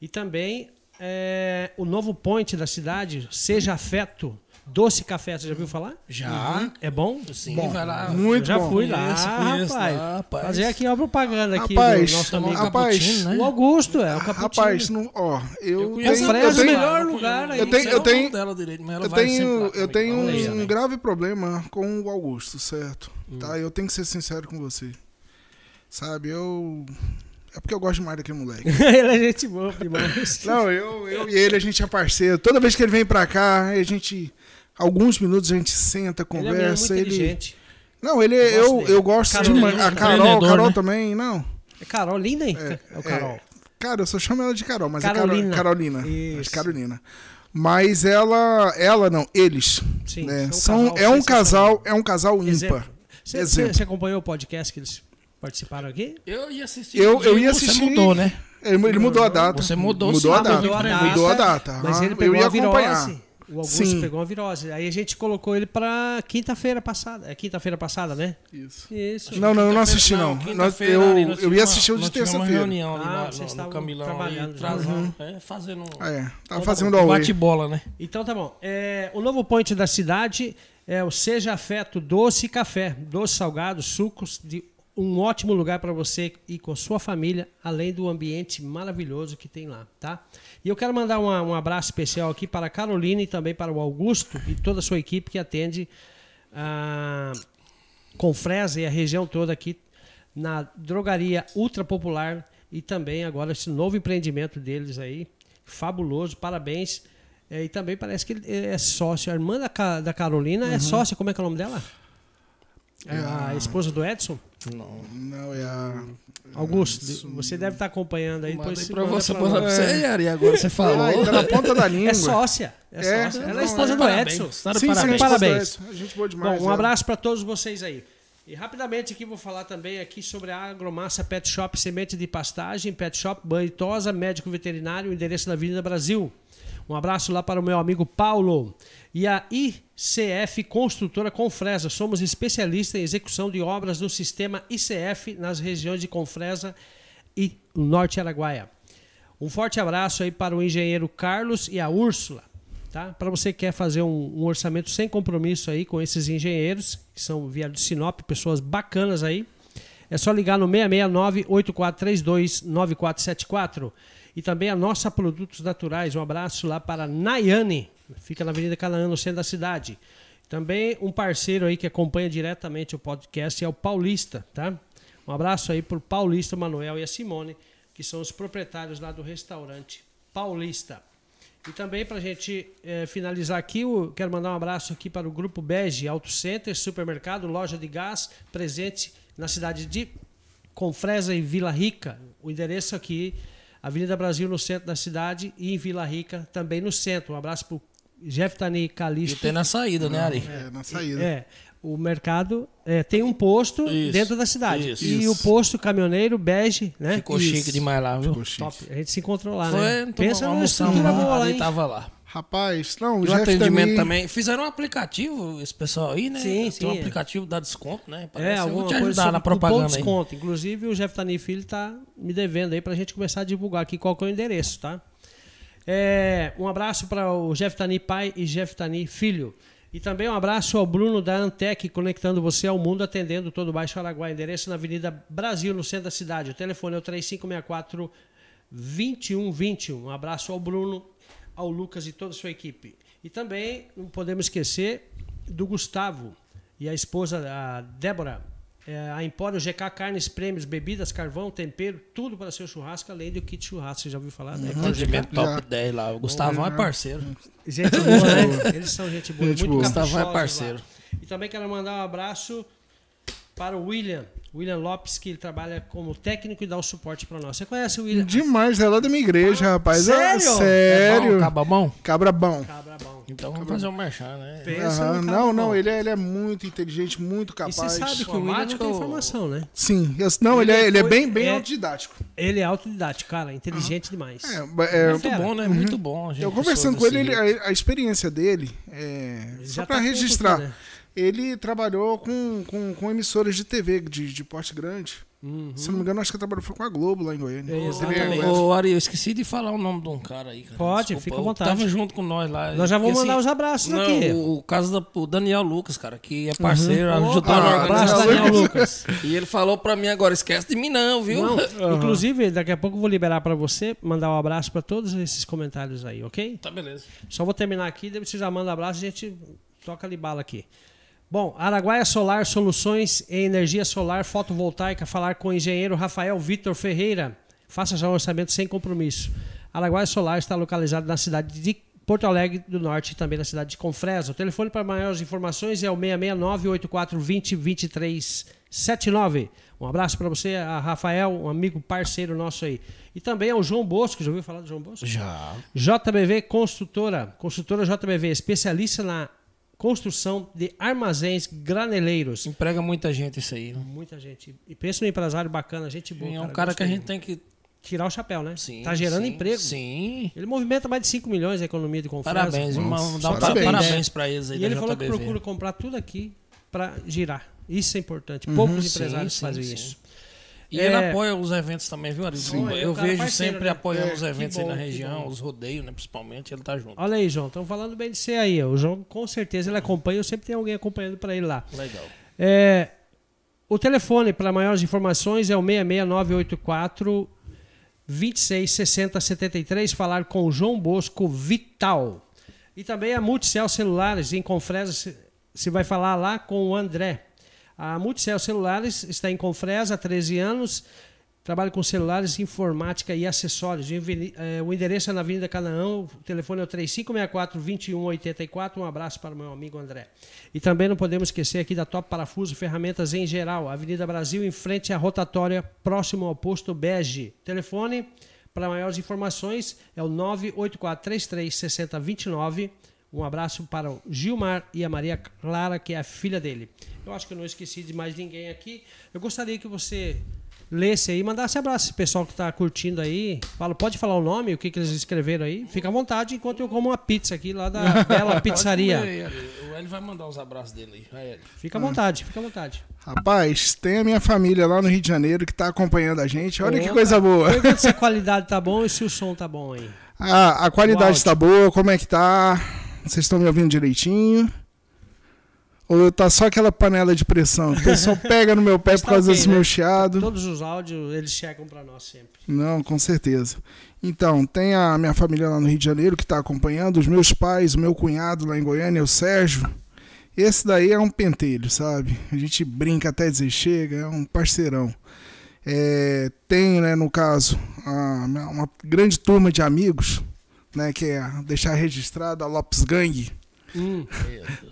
A: E também é, o novo point da cidade, Seja Afeto, Doce Café, você já viu falar?
C: Já.
A: É bom?
C: Sim, vai lá.
A: Eu
B: Muito
A: já
B: bom.
A: fui lá,
C: Conheço, conheço
A: rapaz.
C: lá, rapaz.
A: Fazer aqui uma
C: É
A: propaganda aqui
B: Rapaz,
A: do nosso amigo.
B: rapaz,
C: tá né?
A: O Augusto, é, o Caputino.
B: Rapaz, não, ó, eu,
A: conheço a
B: tenho, eu
A: Fresno,
B: tenho,
A: melhor
C: eu
A: lugar
C: conheço.
A: aí.
C: Eu tenho, eu
B: tenho-
C: dela direito, mas né? ela
B: eu
C: vai
B: tenho-
C: sempre lá
B: eu
C: comigo.
B: tenho
C: Olha aí, Hum.
B: um,
C: né?
B: grave problema com o Augusto, certo? Tá, eu tenho que ser sincero com você. Sabe, eu É porque eu gosto demais daquele moleque.
A: ele é gente boa demais.
B: Não, eu, eu e ele, a gente é parceiro. Toda vez que ele vem pra cá, a gente. Alguns minutos a gente senta,
A: Ele é mesmo muito
B: conversa. Ele
A: inteligente.
B: Não, ele
A: Eu gosto
B: eu,
A: dele.
B: eu gosto
A: Carol,
B: demais.
A: ele é um
B: A Carol,
C: empreendedor,
B: a Carol
C: né?
B: também, não.
A: É Carol, linda, hein? É, o Carol.
B: Cara, eu só chamo ela de Carol, mas
A: Carolina.
B: é Carol, Carolina.
A: Isso.
B: Mas Carolina. Mas ela, ela não, eles.
A: Sim,
B: né,
A: são um
B: são,
A: casal
B: é um
A: sensacional.
B: casal, é um casal ímpar.
A: Exemplo. Você,
B: Exemplo.
A: você acompanhou o podcast que eles participaram aqui?
C: Eu ia assistir.
B: Eu, eu
C: e
B: ia
C: você
B: assistir.
C: mudou, né?
B: Ele, ele mudou a data.
C: Você mudou,
B: mudou
C: sim.
B: a
C: Ah,
B: data.
C: mudou a data.
B: Mudou a data.
A: Mas
B: aham.
A: ele pegou
B: eu ia
A: a virose.
B: acompanhar.
A: O Augusto
B: Sim.
A: pegou a virose. Aí a gente colocou ele pra quinta-feira passada. É quinta-feira passada, né?
B: Isso.
A: Isso.
B: Não, não, eu não assisti,
C: Quinta-feira-
B: não. Nós-
C: quinta-feira ali,
B: Eu, eu
C: nós
B: ia
C: tivemos-
B: assistir o de
C: nós tivemos uma
B: terça-feira.
C: reunião ali
A: Ah,
C: na-
A: vocês
C: no- no,
A: estavam
C: Camilão
A: trabalhando já.
C: ali, trazendo, é, fazendo um
B: Ah, É,
A: Então
B: tava
A: tá
B: fazendo
A: bom.
B: a
C: bate-bola, né?
A: Então tá bom. É, o novo point da cidade é o Seja Afeto Doce e Café. Doce, salgado, sucos, de um ótimo lugar para você ir com sua família, além do ambiente maravilhoso que tem lá, tá? E eu quero mandar uma- um abraço especial aqui para a Carolina e também para o Augusto e toda a sua equipe que atende ah, a Confresa e a região toda aqui na drogaria ultra popular e também agora esse novo empreendimento deles aí, fabuloso, parabéns. É, e também parece que ele é sócio. A irmã da, Ca- da Carolina é sócia, como é que é o nome dela? É a esposa do Edson?
C: Não.
B: Não, é a.
A: Augusto, você deve estar acompanhando aí. Depois
C: pra
A: manda
C: você,
A: pra
C: mandar
A: nós.
C: pra você, Yari, agora você falou.
B: Ah, tá na ponta da língua.
A: É sócia. É,
B: É,
A: sócia. Ela
B: não,
A: é esposa
B: é.
A: do Edson.
C: Tá de
B: Sim,
A: parabéns.
B: sim,
A: Parabéns.
B: A gente boa demais. é. né?
A: Bom, um
B: ela.
A: abraço para todos vocês aí. E rapidamente aqui vou falar também aqui sobre a Agromassa Pet Shop, semente de pastagem, pet shop, banho e tosa, médico veterinário, endereço da Avenida Brasil. Um abraço lá para o meu amigo Paulo. E a ICF Construtora Confresa. Somos especialistas em execução de obras do sistema ICF nas regiões de Confresa e Norte Araguaia. Um forte abraço aí para o engenheiro Carlos e a Úrsula. Tá? Para você que quer fazer um, um orçamento sem compromisso aí com esses engenheiros, que são vieram de Sinop, pessoas bacanas aí, é só ligar no 669-8432-9474. E também a nossa Produtos Naturais. Um abraço lá para Nayane, fica na Avenida Canaã, no centro da cidade. Também um parceiro aí que acompanha diretamente o podcast é o Paulista, tá? Um abraço aí pro Paulista, o Manuel e a Simone, que são os proprietários lá do restaurante Paulista. E também para a gente eh, finalizar aqui, eu quero mandar um abraço aqui para o Grupo Bege, Auto Center, Supermercado, Loja de Gás, presente na cidade de Confresa e Vila Rica. O endereço aqui, Avenida Brasil, no centro da cidade, e em Vila Rica, também no centro. Um abraço para o Jeff Tani
C: E
A: Calixto.
C: tem na saída, né, Ari?
B: É, na saída.
A: É, o mercado é, tem um posto
C: Isso,
A: dentro da cidade.
C: isso.
A: e
B: Isso.
A: o posto caminhoneiro bege, né?
C: Ficou chique demais lá, viu?
B: Ficou chique.
A: Top. A gente se encontrou lá,
C: Foi,
A: né?
C: tomou
A: Pensa
C: uma
A: numa
C: almoçamos
A: estrutura
C: lá,
A: boa lá,
C: Ari
A: hein?
C: tava lá.
B: Rapaz, não, o
C: E o
B: Jeff
C: atendimento
B: também.
C: também. Fizeram um aplicativo, esse pessoal aí, né?
A: Sim,
C: Tem
A: sim,
C: um
A: é.
C: aplicativo dá desconto, né?
A: É,
C: Parece eu vou
A: alguma
C: te
A: coisa
C: ajudar
A: sobre
C: na
A: cupom
C: propaganda aí.
A: desconto. Inclusive, o Jeff Tani Filho tá me devendo aí pra gente começar a divulgar aqui qual que é o endereço, tá? É, um abraço para o Jeff Tani pai e Jeff Tani filho. E também um abraço ao Bruno da Antec, conectando você ao mundo, atendendo todo o Baixo Araguaia. Endereço na Avenida Brasil, no centro da cidade. O telefone é o 3564 2120. Um abraço ao Bruno, ao Lucas e toda a sua equipe. E também não podemos esquecer do Gustavo e a esposa, a Débora, é, a Empório GK Carnes, prêmios, bebidas, carvão, tempero, tudo para seu churrasco, além do kit churrasco. Você já ouviu falar?
C: Uhum.
A: Né?
C: um Atendimento top
B: Já.
C: 10 lá. O Gustavão é parceiro.
A: Gente boa, né? Eles são gente boa.
B: Gente
A: muito
B: boa.
A: caprichosos
C: Gustavo é parceiro.
A: lá. E também quero mandar um abraço para o William. William Lopes, que ele trabalha como técnico e dá o suporte para nós. Você conhece o William?
B: Demais, ela é da minha igreja, rapaz. Ah,
A: Sério? É
B: sério.
C: Acaba é bom?
B: Cabra bom.
A: Cabra bom.
C: Então vamos fazer um merchan, né?
A: Pensa
B: Aham,
A: no cara
B: Ah, Não,
A: bom.
B: não, ele é, ele é muito inteligente, muito
A: E
B: capaz.
A: você sabe que o William não
C: Informática
A: tem
C: ou-
A: informação, né?
B: Sim, eu- não, ele, é, ele é
A: foi-
B: bem, bem
A: é-
B: autodidático.
A: Ele é autodidático, cara, inteligente demais.
B: É, ba- é,
A: Muito
C: Muito bom, né? Muito bom. a gente
B: eu conversando com
C: pessoa
B: ele, ele-
C: desse jeito.
B: a, a experiência dele, é,
A: assim, né? Ele
B: só
A: já
B: para
A: tá com
B: registrar,
A: tudo, né?
B: ele trabalhou com, com, com emissoras de TV de, de porte grande. Se não me engano, acho que ele trabalhou foi com a Globo lá em Goiânia.
A: Uhum. É,
B: Ele
A: exatamente.
B: Goiânia.
C: Ô, Ari, eu esqueci de falar o nome de um cara aí, cara.
A: Pode, fica à
C: eu
A: vontade.
C: Tava junto com nós lá.
A: Nós já vamos
C: Porque,
A: mandar os abraços
C: não,
A: aqui. Uhum.
C: O, o caso da- o Daniel Lucas, cara, que é parceiro, ajudou
B: Ah,
C: na
A: um Abraço,
C: organização.
A: Daniel Lucas.
C: E ele falou pra mim agora, esquece de mim não, viu?
A: Não,
B: É,
A: Inclusive, daqui a pouco eu vou liberar para você, mandar um abraço para todos esses comentários aí, ok?
C: Tá beleza.
A: Só vou terminar aqui, depois você já manda um abraço, a gente toca ali bala aqui. Bom, Araguaia Solar Soluções em Energia Solar Fotovoltaica, falar com o engenheiro Rafael Vitor Ferreira. Faça já um orçamento sem compromisso. Araguaia Solar está localizado na cidade de Porto Alegre do Norte e também na cidade de Confresa. O telefone para maiores informações é o 669-8420-2379. Um abraço para você, a Rafael, um amigo parceiro nosso aí. E também é o João Bosco, já ouviu falar do João Bosco?
D: Já.
A: JBV Construtora, construtora JBV, especialista na construção de armazéns graneleiros.
C: Emprega muita gente isso aí. Né?
A: Muita gente. E pensa num empresário bacana, gente boa.
C: É um cara que a
A: gostei.
C: gente tem que.
A: Tirar o chapéu, né?
C: Sim,
A: tá gerando
C: sim,
A: emprego.
C: Sim.
A: Ele movimenta mais de 5 milhões a economia de Confresa.
C: Parabéns,
D: Nossa,
C: irmão. Dá um
B: parabéns.
C: parabéns, parabéns pra eles aí
A: E
C: da
A: ele falou que
C: JBV.
A: procura comprar tudo aqui para girar. Isso é importante. Poucos
C: Uhum, sim,
A: empresários
C: sim,
A: fazem
C: sim.
A: isso.
C: E
A: É.
C: ele apoia os eventos também, viu, Arido?
A: Sim. É
C: Eu
A: um cara
C: vejo
A: parceiro,
C: sempre
A: né?
C: apoiando
A: É,
C: os
A: que
C: eventos aí
A: bom,
C: na
A: que
C: região,
A: bom.
C: os rodeios, né? Principalmente, ele tá junto.
A: Olha aí, João. Estão falando bem de você aí. O João, com certeza, ele acompanha. Eu sempre tenho alguém acompanhando para ele lá.
C: Legal.
A: É, o telefone para maiores informações é o 66984 266073. Falar com o João Bosco Vital. E também a Multicel Celulares, em Confresa, se- se vai falar lá com o André. A Multicel Celulares está em Confresa há 13 anos. Trabalha com celulares, informática e acessórios. O enveni- eh, O endereço é na Avenida Canaã, o telefone é o 3564-2184. Um abraço para o meu amigo André. E também não podemos esquecer aqui da Top Parafuso Ferramentas em Geral, Avenida Brasil, em frente à rotatória, próximo ao posto Bege. Telefone para maiores informações é o 984336029. Um abraço para o Gilmar e a Maria Clara, que é a filha dele. Eu acho que eu não esqueci de mais ninguém aqui. Eu gostaria que você lesse aí, mandasse abraço esse pessoal que está curtindo aí. Fala, pode falar o nome, o que, que eles escreveram aí. Fica à vontade enquanto eu como uma pizza aqui lá da Bela Pizzaria.
C: O Hélio vai mandar os abraços dele aí. Vai, Hélio.
A: Fica à vontade, fica à vontade.
B: Rapaz, tem a minha família lá no Rio de Janeiro que tá acompanhando a gente. Olha que
A: Opa.
B: coisa boa.
A: Pergunta se a qualidade tá bom e se o som tá bom aí.
B: A, a
A: O
B: qualidade
A: áudio.
B: tá boa, como é que tá? Vocês estão me ouvindo direitinho? Ou tá só aquela panela de pressão? que O pessoal pega no meu pé
A: Mas
B: por
A: tá
B: causa
A: ok,
B: desse
A: né?
B: meu chiado.
A: Todos os áudios eles chegam para nós sempre.
B: Não, com certeza. Então, tem a minha família lá no Rio de Janeiro que está acompanhando, os meus pais, o meu cunhado lá em Goiânia, o Sérgio. Esse daí é um pentelho, sabe? A gente brinca até dizer chega, é um parceirão. É, tenho, né, no caso, a minha- uma grande turma de amigos, né, que é a- deixar registrado a Lopes Gang.
A: Hum,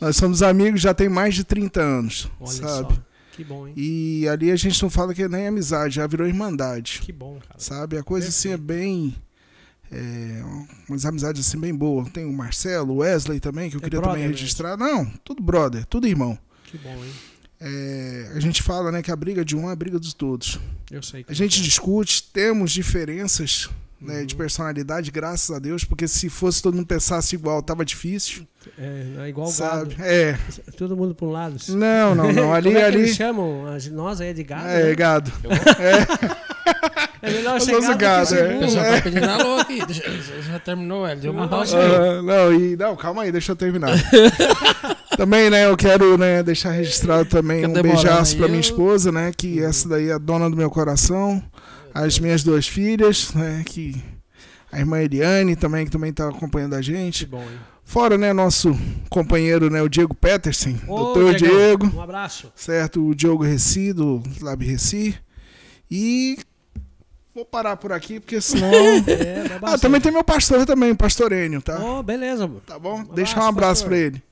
B: Nós somos amigos já tem mais de 30 anos,
A: Olha
B: sabe?
A: só. Que bom, hein?
B: E ali a gente não fala que é nem amizade, já virou irmandade
A: Que bom, cara.
B: sabe? A coisa assim é bem. É, umas amizades assim bem boa. Tem o Marcelo, o Wesley também, que eu
A: É
B: queria
A: brother
B: também registrar. Não, tudo brother, tudo irmão.
A: Que bom, hein?
B: É, a gente fala né, que a briga de um é a briga de todos.
A: Eu sei.
B: A gente discute, temos diferenças né, de
A: Uhum.
B: personalidade, graças a Deus, porque se fosse todo mundo pensasse igual, tava difícil.
A: É, é igual o
B: sabe?
A: gado.
B: É.
A: Todo mundo para um lado.
B: Não, não, não. Ali,
A: Como é que
B: ali.
A: eles chamam as- nós aí de gado?
B: É,
A: né?
B: gado.
A: É melhor
B: Eu
A: ser
B: gosto
A: gado,
B: do
A: do
B: gado,
A: que
B: é.
A: ser
C: O
A: burro.
C: pessoal tá pedindo alô aqui. Deixa- Já terminou, Hélio. Deu uma rosa aí.
B: Ah, não, e, não, calma aí, deixa eu terminar. também, né, eu quero né, deixar registrado também
C: Fica
B: um
C: demorando
B: beijaço
C: aí,
B: pra minha
C: eu- Uhum.
B: esposa, né, que essa daí é a dona do meu coração, as minhas duas filhas, né, que a irmã Eliane também, que também tá acompanhando a
A: Que
B: gente.
A: bom, hein?
B: Fora, né, nosso companheiro, né, o Diego Peterson,
A: Ô,
B: doutor
A: Diegão,
B: Diego,
A: Um abraço.
B: certo, o Diogo Reci, do Lab Reci, e... Vou parar por aqui, porque senão...
A: É, dá
B: ah,
A: bastante.
B: também tem meu pastor também, pastor Enio, tá?
A: Ô, beleza. mano.
B: Tá bom?
A: abraço,
B: Deixa um abraço
A: pastor.
B: pra ele.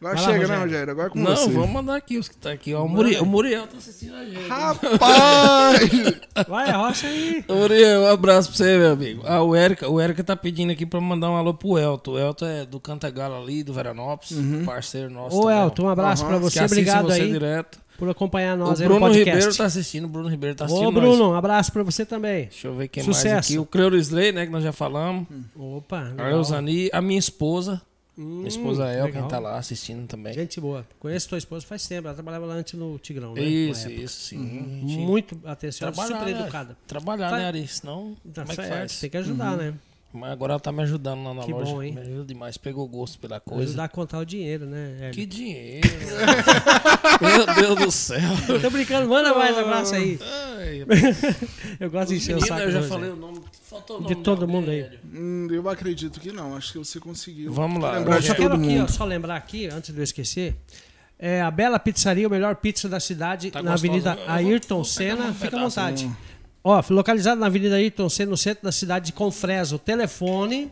B: Agora
A: Vai lá,
B: chega, né,
A: Rogério?
B: Rogério? Agora é com
C: Não,
B: você.
C: vamos mandar aqui os que tá aqui. Ó, o, Muriel, o Muriel tá assistindo a gente.
B: Rapaz!
A: Vai, rocha aí.
C: Ô, Muriel, um abraço pra você, meu amigo. Ah, o Érica, o Érica tá pedindo aqui pra mandar um alô pro Elton. O Elton é do Cantagalo ali, do Veranópolis, parceiro nosso.
A: Ô,
C: também, ó,
A: Elton, um abraço
B: Aham,
A: pra
C: que
A: você.
C: assiste
A: Obrigado
C: você
A: aí
C: direto.
A: por acompanhar nós
C: o
A: aí no
C: Bruno
A: podcast.
C: Ribeiro tá assistindo, o Bruno Ribeiro tá assistindo
A: Ô,
C: nós.
A: Bruno, um abraço pra você também.
C: Deixa eu ver quem
A: Sucesso.
C: mais aqui. O Cleo Isley, né, que nós já falamos.
A: Opa,
C: A
A: legal.
C: Eusani, a minha esposa.
A: Hum,
C: Minha esposa é
A: legal.
C: quem tá lá assistindo também.
A: Gente boa. Conheço tua esposa faz tempo. Ela trabalhava lá antes no Tigrão, né?
C: isso,
A: Uma época.
C: isso, sim. Gente,
A: Uhum. Muito atenciosa,
C: Trabalhar,
A: super
C: né?
A: educada.
C: Trabalhar,
A: Faz-
C: né, Ari? Senão,
A: Tá
C: como é que
A: certo,
C: faz?
A: Tem que ajudar, né?
C: Mas agora ela tá me ajudando lá na
A: Que
C: loja.
A: bom, hein?
C: Me ajuda demais. Pegou gosto pela coisa.
A: Ajudar a contar o dinheiro, né? Hélio?
C: Que dinheiro. Meu Deus do céu.
A: Tô brincando, manda mais abraço aí.
C: Ai,
A: Eu gosto de encher o
C: menina,
A: saco.
C: eu já
A: do José.
C: falei o nome. Faltou o
A: De
C: nome né,
A: todo
C: alguém,
A: mundo aí.
C: velho.
B: Hum, eu acredito que não. Acho que você conseguiu.
C: Vamos lá.
B: Lembrar
A: Eu
B: de
A: só quero
B: todo
A: aqui, ó,
B: mundo.
A: só lembrar aqui, antes de eu esquecer. É a Bela Pizzaria, o melhor pizza da cidade,
C: Tá
A: na
C: gostosa.
A: Avenida
C: Eu vou-
A: Ayrton
C: vou pegar
A: Senna.
C: um
A: Fica à
C: pedaço,
A: vontade. Ó, localizado na Avenida Ayrton C, no centro da cidade de Confresa. O telefone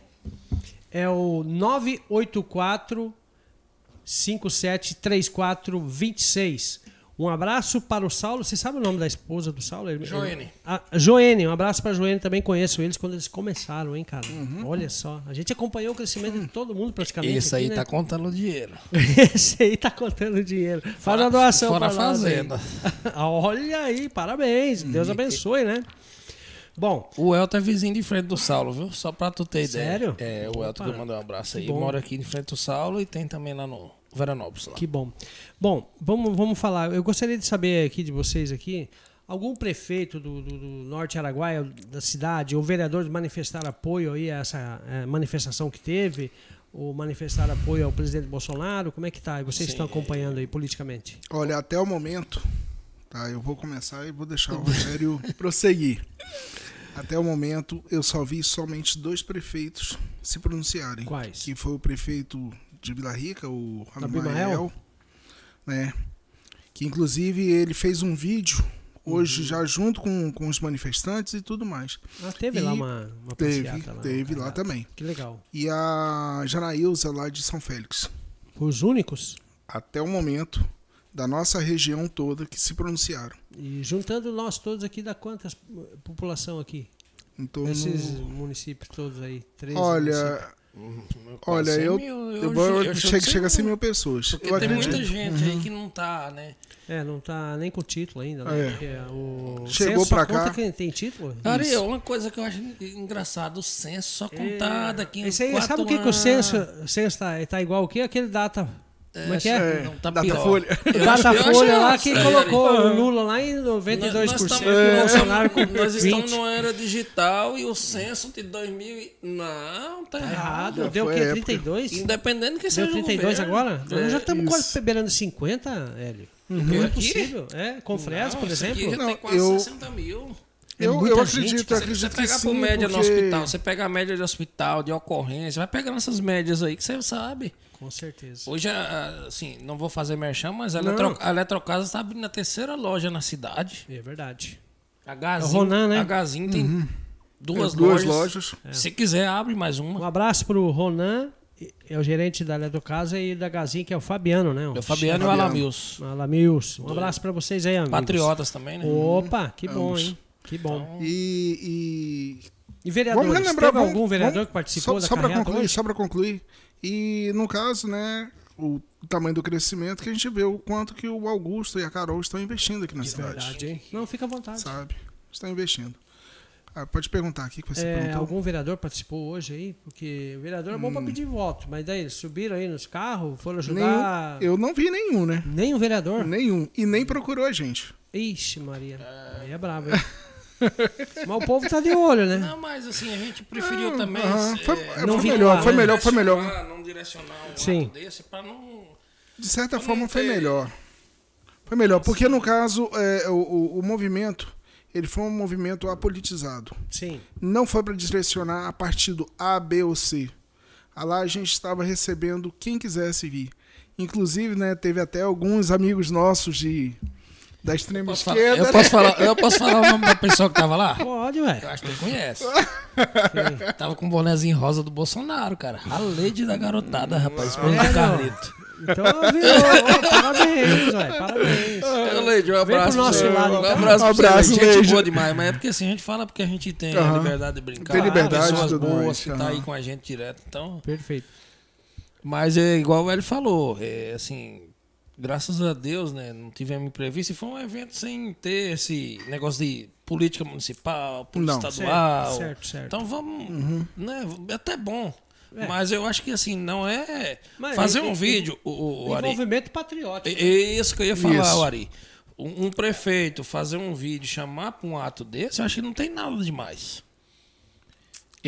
A: é o 984 573426. Um abraço para o Saulo. Você sabe o nome da esposa do Saulo? Ele-
C: Joene.
A: A- Joene, um abraço para Joene. Também conheço eles quando eles começaram, hein, cara?
C: Uhum.
A: Olha só. A gente acompanhou o
C: Hum.
A: crescimento de todo mundo praticamente.
C: Esse aí
A: aqui,
C: tá
A: né?
C: contando dinheiro.
A: Esse aí tá contando dinheiro. Faz uma doação
C: Fora a
A: pra nós aí.
C: fazenda. Uhum.
A: Olha aí, parabéns. Deus abençoe, né? Bom,
C: O Elton é vizinho de frente do Saulo, viu? Só pra tu ter
A: Sério?
C: ideia. É, o Elton que eu mandei um abraço aí.
A: bom.
C: Mora aqui de frente do Saulo e tem também lá no Veranópolis. Lá.
A: que bom. Bom, vamos, vamos falar. Eu gostaria de saber aqui de vocês aqui, algum prefeito do, do- do Norte Araguaia, da cidade, ou vereador manifestar apoio aí a essa eh, manifestação que teve, ou manifestar apoio ao presidente Bolsonaro? Como é que tá? E Vocês estão acompanhando aí politicamente?
B: Olha, até o momento, tá? Eu vou começar e vou deixar
A: Tá
B: o Rogério prosseguir. Até o momento, eu só vi somente dois prefeitos se pronunciarem.
A: Quais?
B: Que foi o prefeito de Vila Rica, o
A: Abimael?
B: Abimael, né? Que inclusive ele fez um vídeo
A: Uhum.
B: hoje já junto com, com os manifestantes e tudo mais.
A: Ah, teve
B: E
A: lá uma, uma
B: Teve,
A: passeata lá.
B: teve lá
A: Ah,
B: também.
A: Que legal.
B: E a Janaílza lá de São Félix.
A: Os únicos?
B: Até o momento, da nossa região toda que se pronunciaram.
A: E juntando nós todos aqui, dá quantas eh, população aqui?
B: Em torno-
A: Esses municípios todos aí, 13 municípios.
B: Então, Um Olha, olha,
C: assim, Quase
B: eu,
C: cem mil,
B: eu vou-
C: eu
B: chega,
C: chutei
B: chega a 100
C: um-
B: mil pessoas.
C: Porque
B: eu
C: tem
B: acredito.
C: muita gente
A: Uhum.
C: aí que não tá, né?
A: É, não tá nem com título ainda, né?
B: É.
A: Porque o
B: Chegou
A: censo só
B: pra
A: conta
B: cá.
A: quem tem título?
C: Cara, e uma coisa que eu acho engraçado, o censo só contado daqui uns
A: Esse É. aí,
C: quatro
A: sabe o que, que o
C: anos.
A: censo, o censo tá, tá igual o que? Aquele data. Como é que é?
B: É,
C: Não, tá
B: data
C: pior.
B: folha.
C: Eu acho- eu acho é
A: Datafolha lá
C: isso
A: que
C: aí.
A: colocou o Lula lá em 92%
C: Nós estamos-
A: e o
C: nós
A: Bolsonaro com
C: estamos- Nós estamos
A: 20%.
C: numa era digital e o censo de 2000. e- Não, tá errado.
A: Errado, deu o
B: foi
A: quê?
B: a época.
A: 32?
C: Independente do que seja.
A: Deu 32
C: o governo.
A: agora? Nós já estamos
B: É. isso.
A: quase beirando 50, Hélio. Não é
C: Aqui?
A: possível. É, com Fresno, por
C: Não, isso aqui
A: exemplo.
C: já tem
B: Não,
C: quase
B: eu-
C: 60 mil.
A: É
B: eu,
A: muita
B: eu
A: gente.
B: acredito, eu
C: Se você
B: acredito que
C: pegar
B: sim,
C: por média no
B: porque-
C: hospital, você pega a média de hospital, de ocorrência, vai pegando essas médias aí que você sabe.
A: Com certeza.
C: Hoje, a- a- assim, não vou fazer merchan, mas a,
A: Não.
C: Eletro, a Eletrocasa está abrindo a terceira loja na cidade.
A: É verdade.
C: A
A: É
C: Gazin,
A: o Ronan, né?
C: a Gazin tem duas,
B: É, duas
C: lojas.
B: lojas.
C: Se quiser, abre mais
A: Um
C: uma.
A: abraço pro Ronan, é o gerente da Eletrocasa e da Gazin, que é o Fabiano, né?
C: O Fabiano e
B: Fabiano.
C: o Alamius.
A: Alamius. Um abraço pra vocês aí, amigos.
C: Patriotas também, né? Então,
A: Opa, que bom, hein? Que bom.
B: E, e-
A: E vereador,
B: vamos relembrar
A: teve
B: vamos-
A: algum vereador
B: vamos-
A: que participou
B: só,
A: da
B: só para
A: carreata
B: concluir,
A: hoje?
B: só para concluir. E no caso, né, o tamanho do crescimento que a gente vê o quanto que o Augusto e a Carol estão investindo aqui na cidade,
A: É Verdade, hein? Não, fica à vontade.
B: sabe? Estão investindo. Ah, pode perguntar aqui que você
A: É,
B: perguntou.
A: algum vereador participou hoje aí? Porque o vereador é bom pra pedir voto, mas daí eles subiram aí nos carros, foram ajudar.
B: Nenhum, eu não vi nenhum, né?
A: Nem o vereador?
B: Nenhum. E nem procurou a gente.
A: Ixi, Maria. Aí é brabo, hein? mas o povo tá de olho, né?
C: Não, mas assim, a gente preferiu também.
B: Hum, Ah, Aham,
C: eh,
B: foi,
A: não
B: foi
A: vi lá,
B: melhor, foi
A: né?
B: melhor, foi melhor.
C: direcionar, Não direcionar um
A: Sim.
C: ato desse pra não.
B: De certa forma foi
C: tem-
B: melhor. Foi melhor, porque no caso, é, o, o, o movimento, ele foi um movimento apolitizado.
A: Sim.
B: Não foi para direcionar a partido A, B ou C. Ah Lá a gente estava recebendo quem quisesse vir. Inclusive, né, teve até alguns amigos nossos de, da extrema
C: Posso falar-
B: esquerda.
C: eu, posso falar, eu posso falar o nome da pessoa que tava lá?
A: Pode,
C: Eu
A: velho.
C: acho que ele conhece. Tava com um bonézinho rosa do Bolsonaro, cara. A Lady da garotada, rapaz. Esposa
A: Sério?
C: do Carlito.
A: Então, virou. Ó, parabéns, velho. Parabéns.
C: Ô, Leide, um
A: Vem
C: abraço
A: pro
C: pra
A: nosso
C: você.
A: lado,
C: Um
A: então.
C: abraço,
B: Um
C: pra você,
B: abraço,
C: gente
B: Leide.
C: boa demais. Mas é porque assim, a gente fala porque a gente tem a
B: Aham.
C: liberdade de brincar.
B: Tem liberdade,
C: pessoas
B: tudo
C: boas
B: mais,
C: que tá
B: aham.
C: aí com a gente direto. Então,
A: Perfeito.
C: mas é igual ele falou, é assim, graças a Deus, né, não tivemos imprevisto e foi um evento sem ter esse negócio de política municipal, política
B: Não.
C: estadual.
A: Certo, certo, certo. Uhum.
C: Então vamos, né, é até bom.
A: É.
C: Mas eu acho que assim, não é
A: Mas
C: fazer
A: e-
C: um
A: e-
C: vídeo, o- o, o Ari.
A: Envolvimento patriótico.
C: É isso que eu ia falar,
B: Isso.
C: Ari. Um, um prefeito fazer um vídeo, chamar para um ato desse, eu acho que não tem nada demais.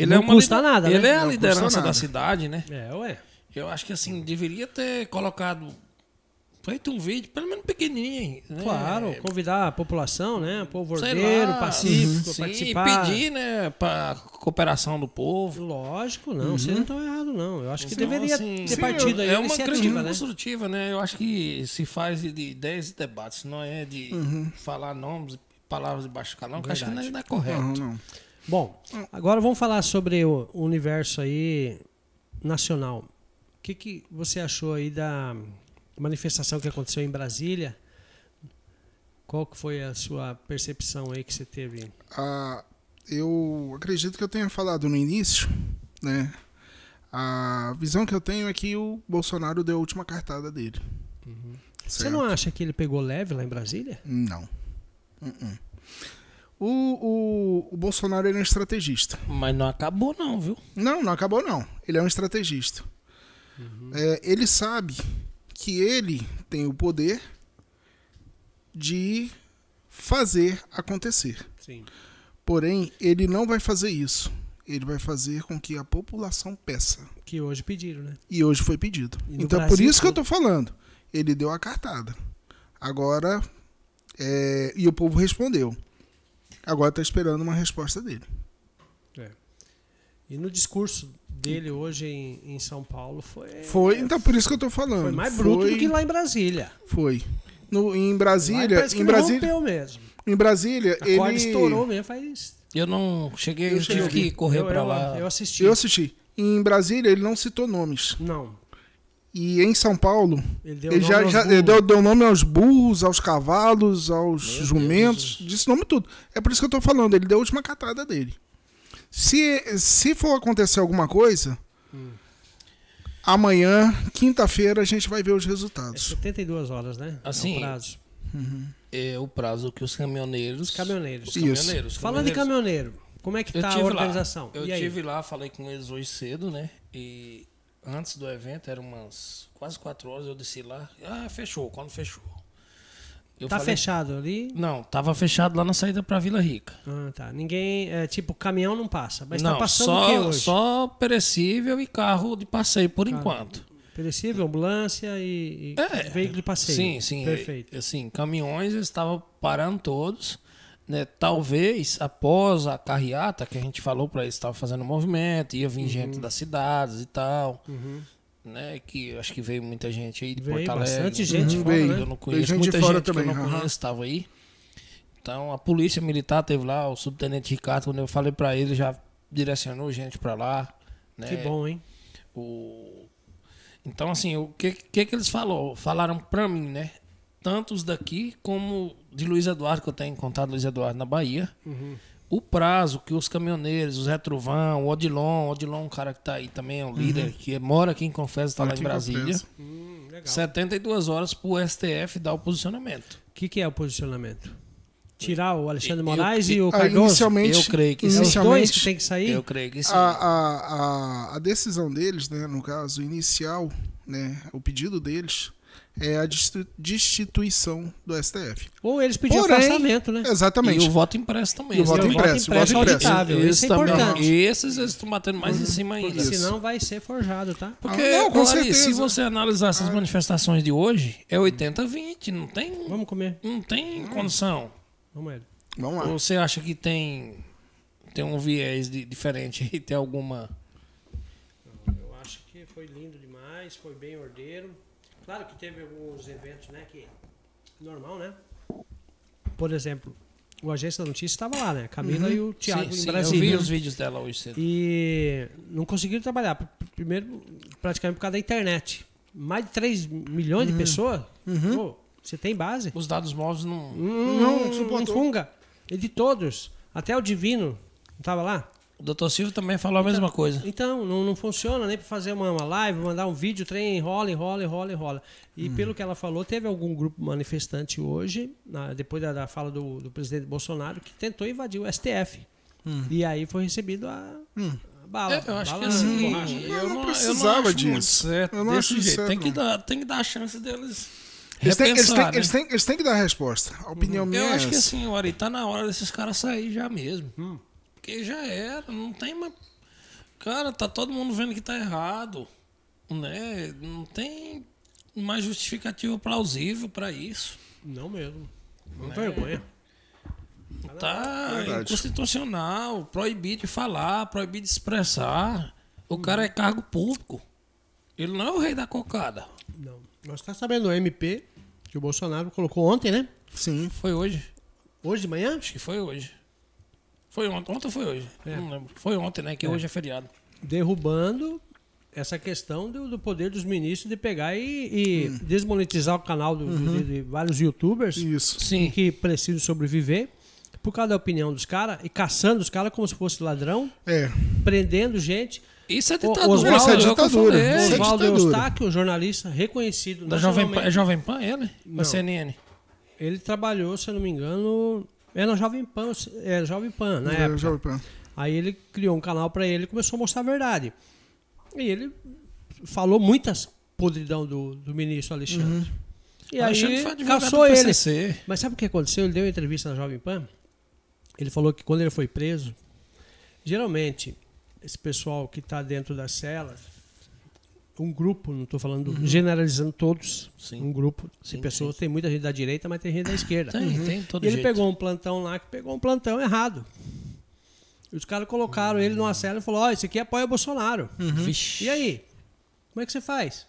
A: Não custa
C: lider-
A: nada, né?
C: Ele é a
B: Não custa
C: liderança da
B: nada.
C: cidade, né?
A: É, ué.
C: Eu acho que assim, deveria ter colocado. Feito um vídeo, pelo menos pequenininho. né?
A: Claro, convidar a população, né? Povo
C: Sei
A: ordeiro,
C: lá, Uhum.
A: pacífico,
C: sim,
A: participar.
C: pedir, né, pra cooperação do povo.
A: Lógico, não.
C: Uhum.
A: Vocês não estão errados, não. Eu acho que
C: Então,
A: deveria
C: assim,
A: ter
C: sim,
A: partido aí
C: É
A: a
C: uma
A: iniciativa,
C: crítica
A: né?
C: construtiva, né? Eu acho que se faz de ideias e debates, não é de falar nomes e palavras de baixo calão, que acho que não é,
A: Uhum. Verdade. Uhum.
C: não é correto.
B: Não, não.
A: Bom, agora vamos falar sobre o universo aí nacional. O que, que você achou aí da manifestação que aconteceu em Brasília? Qual que foi a sua percepção aí que você teve?
B: a- Ah, eu acredito que eu tenha falado no início, né? A visão que eu tenho é que o Bolsonaro deu a última cartada dele.
A: Você não é- acha que ele pegou leve lá em Brasília?
B: Não. Uh-uh. O, o, o Bolsonaro ele é um estrategista.
C: Mas não acabou, não, viu?
B: Não, não acabou não. Ele é um estrategista. É, ele sabe que ele tem o poder de fazer acontecer.
A: Sim.
B: Porém, ele não vai fazer isso. Ele vai fazer com que a população peça.
A: Que hoje pediram, né?
B: E hoje foi pedido.
A: E no
B: Então,
A: Brasil
B: por isso que eu
A: todo.
B: tô falando. Ele deu a cartada. Agora. é, e o povo respondeu. Agora tá esperando uma resposta dele.
C: É.
A: E no discurso dele hoje em, em São Paulo foi,
B: Foi. Então, por isso que eu tô falando.
A: É. foi mais bruto
B: Foi-
A: do que lá em Brasília.
B: Foi. No, em
A: Lá
B: Brasília.
A: parece que
B: Em
A: ele
B: Brasília,
A: rompeu mesmo.
B: em Brasília,
A: A corda
B: ele.
A: estourou mesmo, faz...
C: Eu não cheguei, eu,
B: Eu
C: tive
B: cheguei.
C: que correr
A: eu,
C: pra
A: eu-
C: lá.
A: Eu assisti.
B: Eu assisti. Em Brasília, ele não citou nomes.
A: Não.
B: E em São Paulo,
A: Ele deu
B: ele
A: nome
B: já,
A: aos
B: já-
A: burros.
B: ele deu, deu nome aos burros, aos cavalos, aos jumentos, disse nome tudo. É por isso que eu tô falando, ele deu a última catada dele. Se, se for acontecer alguma coisa,
A: Hum.
B: amanhã, quinta-feira, a gente vai ver os
A: É
B: resultados.
A: 72 horas, né?
C: Assim,
A: é o prazo.
C: É o prazo que os caminhoneiros.
A: Os caminhoneiros.
B: Isso.
C: caminhoneiros,
A: Falando de
C: caminhoneiros.
A: caminhoneiro, como é que tá a
C: tive lá.
A: organização?
C: Eu
A: E aí?
C: tive lá, falei com eles hoje cedo, né? E antes do evento, eram umas quase quatro horas, eu desci lá. Ah, fechou. Quando fechou? Eu
A: Tá
C: falei-
A: fechado ali?
C: Não, tava fechado lá na saída pra Vila Rica.
A: Ah, tá. Ninguém. É, tipo, caminhão não passa. Mas
C: não,
A: tá passando
C: só,
A: o que hoje?
C: só perecível e carro de passeio por enquanto.
A: Perecível, ambulância e, e
C: É.
A: veículo de passeio.
C: Sim, sim.
A: Perfeito.
C: Perfeito. Assim, caminhões eles estavam parando todos. Né? Talvez após a carreata que a gente falou para eles, estava fazendo movimento, ia
A: Uhum.
C: vir gente das cidades e tal. Né? Que eu acho que veio muita gente aí de
A: Veio
C: Porto Alegre.
A: bastante gente
C: Uhum,
A: fora,
C: veio.
A: né?
C: Eu não
B: Veio
C: conheço.
B: gente de
C: muita
B: fora
C: gente que
B: também,
C: eu não
B: aham.
C: conheço estava aí. Então a polícia militar teve lá, o subtenente Ricardo, quando eu falei para ele, já direcionou gente para lá. Né?
A: Que bom, hein?
C: O... Então, assim, o que, que, que eles falou? falaram pra mim, né? Tanto os daqui como de Luiz Eduardo, que eu tenho encontrado Luiz Eduardo na Bahia.
B: Uhum.
C: O prazo que os caminhoneiros, os Retrovão, o Odilon, o Odilon, um cara que tá aí também, é um líder, que é- mora aqui em Confesa, tá
B: Mora
C: lá em
B: aqui Uhum. em
C: Brasília.
B: Confessa.
A: Hum, legal.
C: 72 horas pro STF dar o posicionamento.
A: O que, que é o posicionamento? Tirar o Alexandre
C: Eu-
A: Moraes
C: eu-
A: e o
B: Ah,
A: Cardoso?
B: inicialmente,
C: eu creio que
A: É os dois que
B: inicialmente
A: tem que sair?
C: Eu creio que sim.
B: a, a, a, a decisão deles, né, no caso inicial, né, o pedido deles é a destitu- destituição do STF.
A: Ou eles pediram
B: Porém,
A: afastamento, né?
B: Exatamente.
C: E o voto impresso também.
B: E o
C: esse
B: voto
C: é
B: impresso, o voto impresso.
A: auditável, Isso é
C: também-
A: importante.
C: Então, Esses eles estão batendo mais em cima ainda.
A: Porque senão vai ser forjado, tá?
C: Porque,
B: Ah, não, com
C: olha,
B: certeza. Ah. Hum.
C: se você analisar essas manifestações de hoje, é 80-20, não tem,
A: Vamos comer.
C: não tem condição.
A: Vamos, Hélio.
B: Vamos lá.
C: Ou você acha que tem, tem um viés de- diferente e tem alguma...
A: Eu acho que foi lindo demais, foi bem ordeiro. Claro que teve alguns eventos, né, que normal, né? Por exemplo, o Agência da Notícia estava lá, né? A Camila e o Thiago
C: sim,
A: em
C: sim, eu vi
A: Brasília.
C: os
B: né?
C: vídeos dela hoje cedo.
A: E não conseguiram trabalhar. Pr- pr- Primeiro, praticamente por causa da internet. Mais de 3 milhões de pessoas. Pô, você tem base?
C: Os dados móveis não...
A: Hum,
B: Não,
A: um
B: suportou.
A: funga. E de todos. Até o Divino estava lá.
C: O doutor Silvio também falou a mesma coisa.
A: Então, não, não funciona nem para fazer uma, uma live, mandar um vídeo, o trem rola, enrola, enrola, enrola. E pelo que ela falou, teve algum grupo manifestante hoje, na- depois da, da fala do, do presidente Bolsonaro, que tentou invadir o STF. E aí foi recebido a, a bala.
C: É, eu acho que
A: bala,
C: assim,
A: borracha.
C: eu
B: não
C: eu
B: precisava
C: acho muito
B: disso.
C: certo
B: Eu não
C: desse
B: acho
C: jeito.
B: certo,
C: tem, que
B: não.
C: dar, tem que dar a chance deles
B: Eles têm, eles, têm,
C: repensar, né?
B: eles, têm, eles têm que dar resposta. A
A: Uhum.
B: opinião minha
C: Eu
B: é
C: acho que
B: essa.
C: assim, Ori, tá na hora desses caras sair já mesmo. Porque já era, não tem mais. Cara, tá todo mundo vendo que tá errado. Né? Não tem mais justificativa plausível pra isso.
A: Não mesmo. Não
C: é.
A: vergonha.
C: Tá
B: Verdade.
C: inconstitucional, proibir de falar, proibir de expressar. O cara é cargo público. Ele não é o rei da cocada.
A: Não. Nós tá sabendo o MP que o Bolsonaro colocou ontem, né?
B: Sim.
C: Foi hoje.
A: Hoje de manhã?
C: Acho que foi hoje. Foi ontem. Ontem ou foi hoje?
A: É.
C: Não lembro. Foi ontem, né? Que
A: É.
C: hoje é feriado.
A: Derrubando essa questão do, do poder dos ministros de pegar e, e desmonetizar o canal do- de, de vários youtubers
B: Isso.
C: Sim.
A: que precisam sobreviver por causa da opinião dos caras e caçando os caras como se fosse ladrão,
B: É.
A: prendendo gente.
C: Isso é
A: Ô,
C: ditadura.
A: Oswaldo,
C: isso é o que eu
B: ditadura. Isso
C: falei.
B: é
A: Oswaldo
B: ditadura.
A: Eustáquio, jornalista reconhecido
C: Da Jovem Pan,
A: nacionalmente.
C: é Jovem Pan ele?
A: Não.
C: Da CNN?
A: Ele trabalhou, se eu não me engano, é na Jovem Pan, se- é Jovem Pan, na
B: é,
A: época.
B: Jovem Pan.
A: Aí ele criou um canal pra ele e começou a mostrar a verdade. E ele falou muitas podridão do, do ministro Alexandre. E
C: Uhum. Alexandre foi
A: aí
C: advogado do
A: caçou ele.
C: PCC.
A: Mas sabe o que aconteceu? Ele deu uma entrevista na Jovem Pan. Ele falou que quando ele foi preso, geralmente esse pessoal que está dentro das celas, um grupo, não estou falando generalizando todos,
C: Uhum. Sim.
A: um grupo de
C: Sim,
A: pessoas, tem muita gente da direita, mas tem gente da esquerda. Uhum.
C: Tem, tem todo
A: E ele
C: jeito.
A: pegou um plantão lá que pegou um plantão errado. E os caras colocaram ele numa cela e falou: Ó, esse aqui apoia o Bolsonaro.
C: Vixe.
A: E aí? Como é que você faz?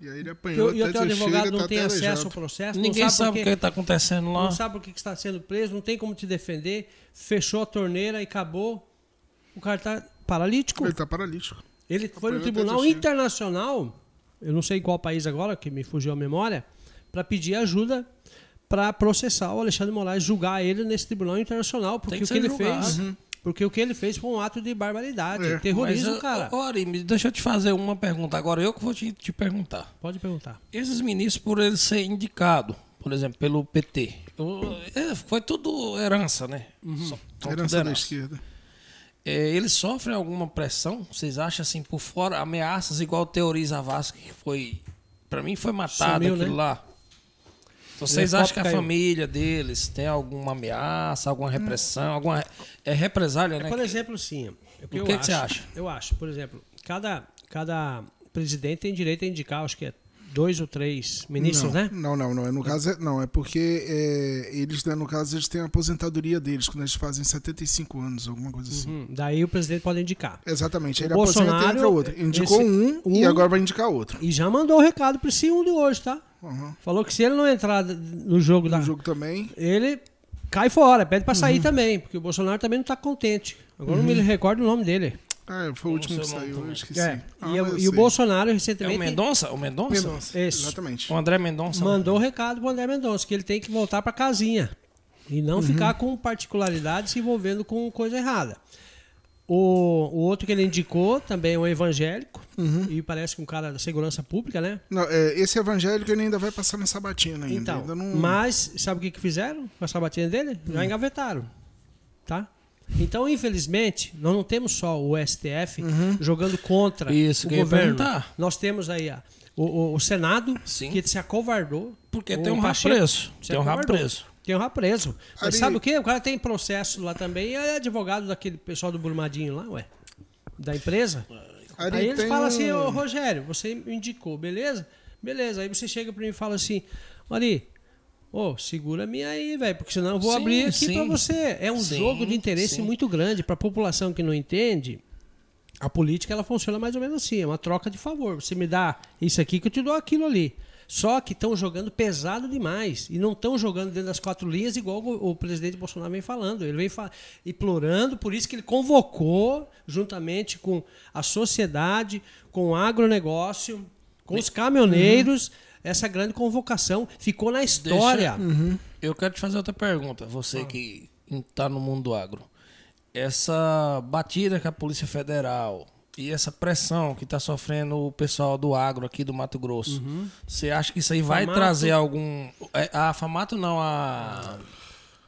B: E aí ele
A: E
B: apanhou
A: o e o
B: até
A: teu
B: dizer,
A: um advogado
B: chega, tá
A: não tem
B: até
A: acesso
B: aleijado.
A: ao processo,
C: Ninguém
A: não
C: sabe o
A: por
C: que é
A: quê.
C: está acontecendo lá.
A: Não sabe por que que está sendo preso, não tem como te defender. Fechou a torneira e acabou. O cara está paralítico.
B: Ele tá paralítico.
A: Ele foi no
B: até
A: Tribunal
B: desistir.
A: Internacional, eu não sei em qual país agora, que me fugiu a memória, para pedir ajuda para processar o Alexandre Moraes, julgar ele nesse Tribunal Internacional, porque
C: Tem que
A: o que ele
C: ser julgado.
A: fez, porque o que ele fez foi um ato de barbaridade,
B: É,
A: terrorismo,
C: Mas,
A: cara.
C: ô, ô, Ari, me- deixa eu te fazer uma pergunta. Agora eu que vou te, te perguntar.
A: Pode perguntar.
C: Esses ministros, por eles serem indicados, por exemplo, pelo PT, eu- é, foi tudo herança, né?
A: Uhum.
C: Só- então,
B: Herança
A: né?
B: da
C: tudo
B: esquerda.
C: É, eles sofrem alguma pressão? Vocês acham assim por fora? Ameaças igual o Teori Zavascki, que foi. Pra mim foi matado
A: Sumiu,
C: aquilo
A: né? é
C: lá. Então, vocês
A: Helicóptero
C: acham que a
A: caiu.
C: família deles tem alguma ameaça, alguma repressão, alguma. É represália, né?
A: Por exemplo, sim. O
C: que que você acha?
A: Eu acho, por exemplo, cada, cada presidente tem direito a indicar, acho que é dois ou três ministros,
B: não,
A: né?
B: Não, não, não. É, No caso, é, não. É porque é, eles, né, no caso, eles têm a aposentadoria deles, quando eles fazem 75 anos, alguma coisa assim.
A: Hum, daí o presidente pode indicar.
B: Exatamente.
A: O
B: Ele aposenta e entra
A: Bolsonaro,
B: outro. Indicou
A: esse-
B: um, e
A: um-
B: agora vai indicar outro.
A: E já mandou o recado pro Sion de hoje, tá?
B: Uhum.
A: Falou que se ele não entrar no jogo da.
B: O jogo também.
A: Ele cai fora, pede pra sair também, porque o Bolsonaro também não tá contente. Agora não me recordo o nome dele.
B: Ah, foi o último que
C: sei o nome
B: saiu, eu
C: também.
B: esqueci.
A: É.
B: Ah,
A: e,
B: mas
A: o-
B: eu
A: e o
B: sei.
A: Bolsonaro
C: É o
A: recentemente
C: Mendonça? O Mendonça?
B: Mendonça.
A: Isso.
B: Exatamente.
C: O André Mendonça?
A: mandou o recado pro André Mendonça, que ele tem que voltar pra casinha. E não
C: Uhum.
A: ficar com particularidades se envolvendo com coisa errada. O, o outro que ele indicou também é um evangélico.
C: Uhum.
A: E parece que um cara da segurança pública, né?
B: Não, é, esse evangélico ele ainda vai passar na sabatina ainda.
A: Então,
B: ainda não...
A: mas sabe o que, que fizeram com a sabatina dele?
C: Hum.
A: Já engavetaram, tá? Então, infelizmente, nós não temos só o STF jogando contra
C: Uhum. Isso
A: o
C: que eu ia
A: governo.
C: perguntar.
A: Nós temos aí a- o, o- o Senado
C: Sim.
A: que se acovardou.
C: Porque
A: O
C: tem um rabo
A: Pacheco
C: preso.
A: se
C: Tem um rabo
A: acovardou.
C: preso.
A: Tem um rabo preso. Mas
B: Ari-
A: sabe o quê? O cara tem processo lá também e é advogado daquele pessoal do Brumadinho lá, ué. Da empresa.
B: Ari,
A: Aí eles
B: tem
A: falam assim,
B: um-
A: ô Rogério, você me indicou, beleza? Beleza. Aí você chega pra mim e fala assim, Ari, ô, segura-me aí, velho, porque senão eu vou
C: Sim,
A: abrir aqui
C: sim.
A: pra você. É um
C: Sim,
A: jogo de interesse
C: sim.
A: muito grande pra população que não entende. A política ela funciona mais ou menos assim, é uma troca de favor. Você me dá isso aqui que eu te dou aquilo ali. Só que estão jogando pesado demais e não estão jogando dentro das quatro linhas igual o, o presidente Bolsonaro vem falando. Ele vem fa implorando, por isso que ele convocou juntamente com a sociedade, com o agronegócio, com os caminhoneiros, essa grande convocação ficou na história.
C: Eu quero te fazer outra pergunta, você que está no mundo do agro. Essa batida que a Polícia Federal e essa pressão que está sofrendo o pessoal do agro aqui do Mato Grosso, você acha que isso aí vai
A: Uhum. Famato.
C: trazer algum. é, A Famato não, a.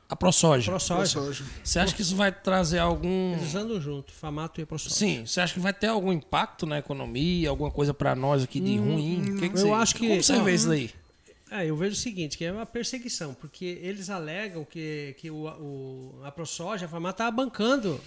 C: A ProSoja.
A: ProSoja.
B: Soja.
C: Você acha que isso vai trazer algum.
A: Eles andam junto, Famato e ProSoja.
C: Sim, você acha que vai ter algum impacto na economia, alguma coisa para nós aqui de ruim? O que que
A: Hum, eu
C: você-
A: acho que-
C: Como você
A: Ó,
C: vê isso daí?
A: É, eu vejo o seguinte, que é uma perseguição, porque eles alegam que, que o, o- a ProSoja, a FAMAR, está bancando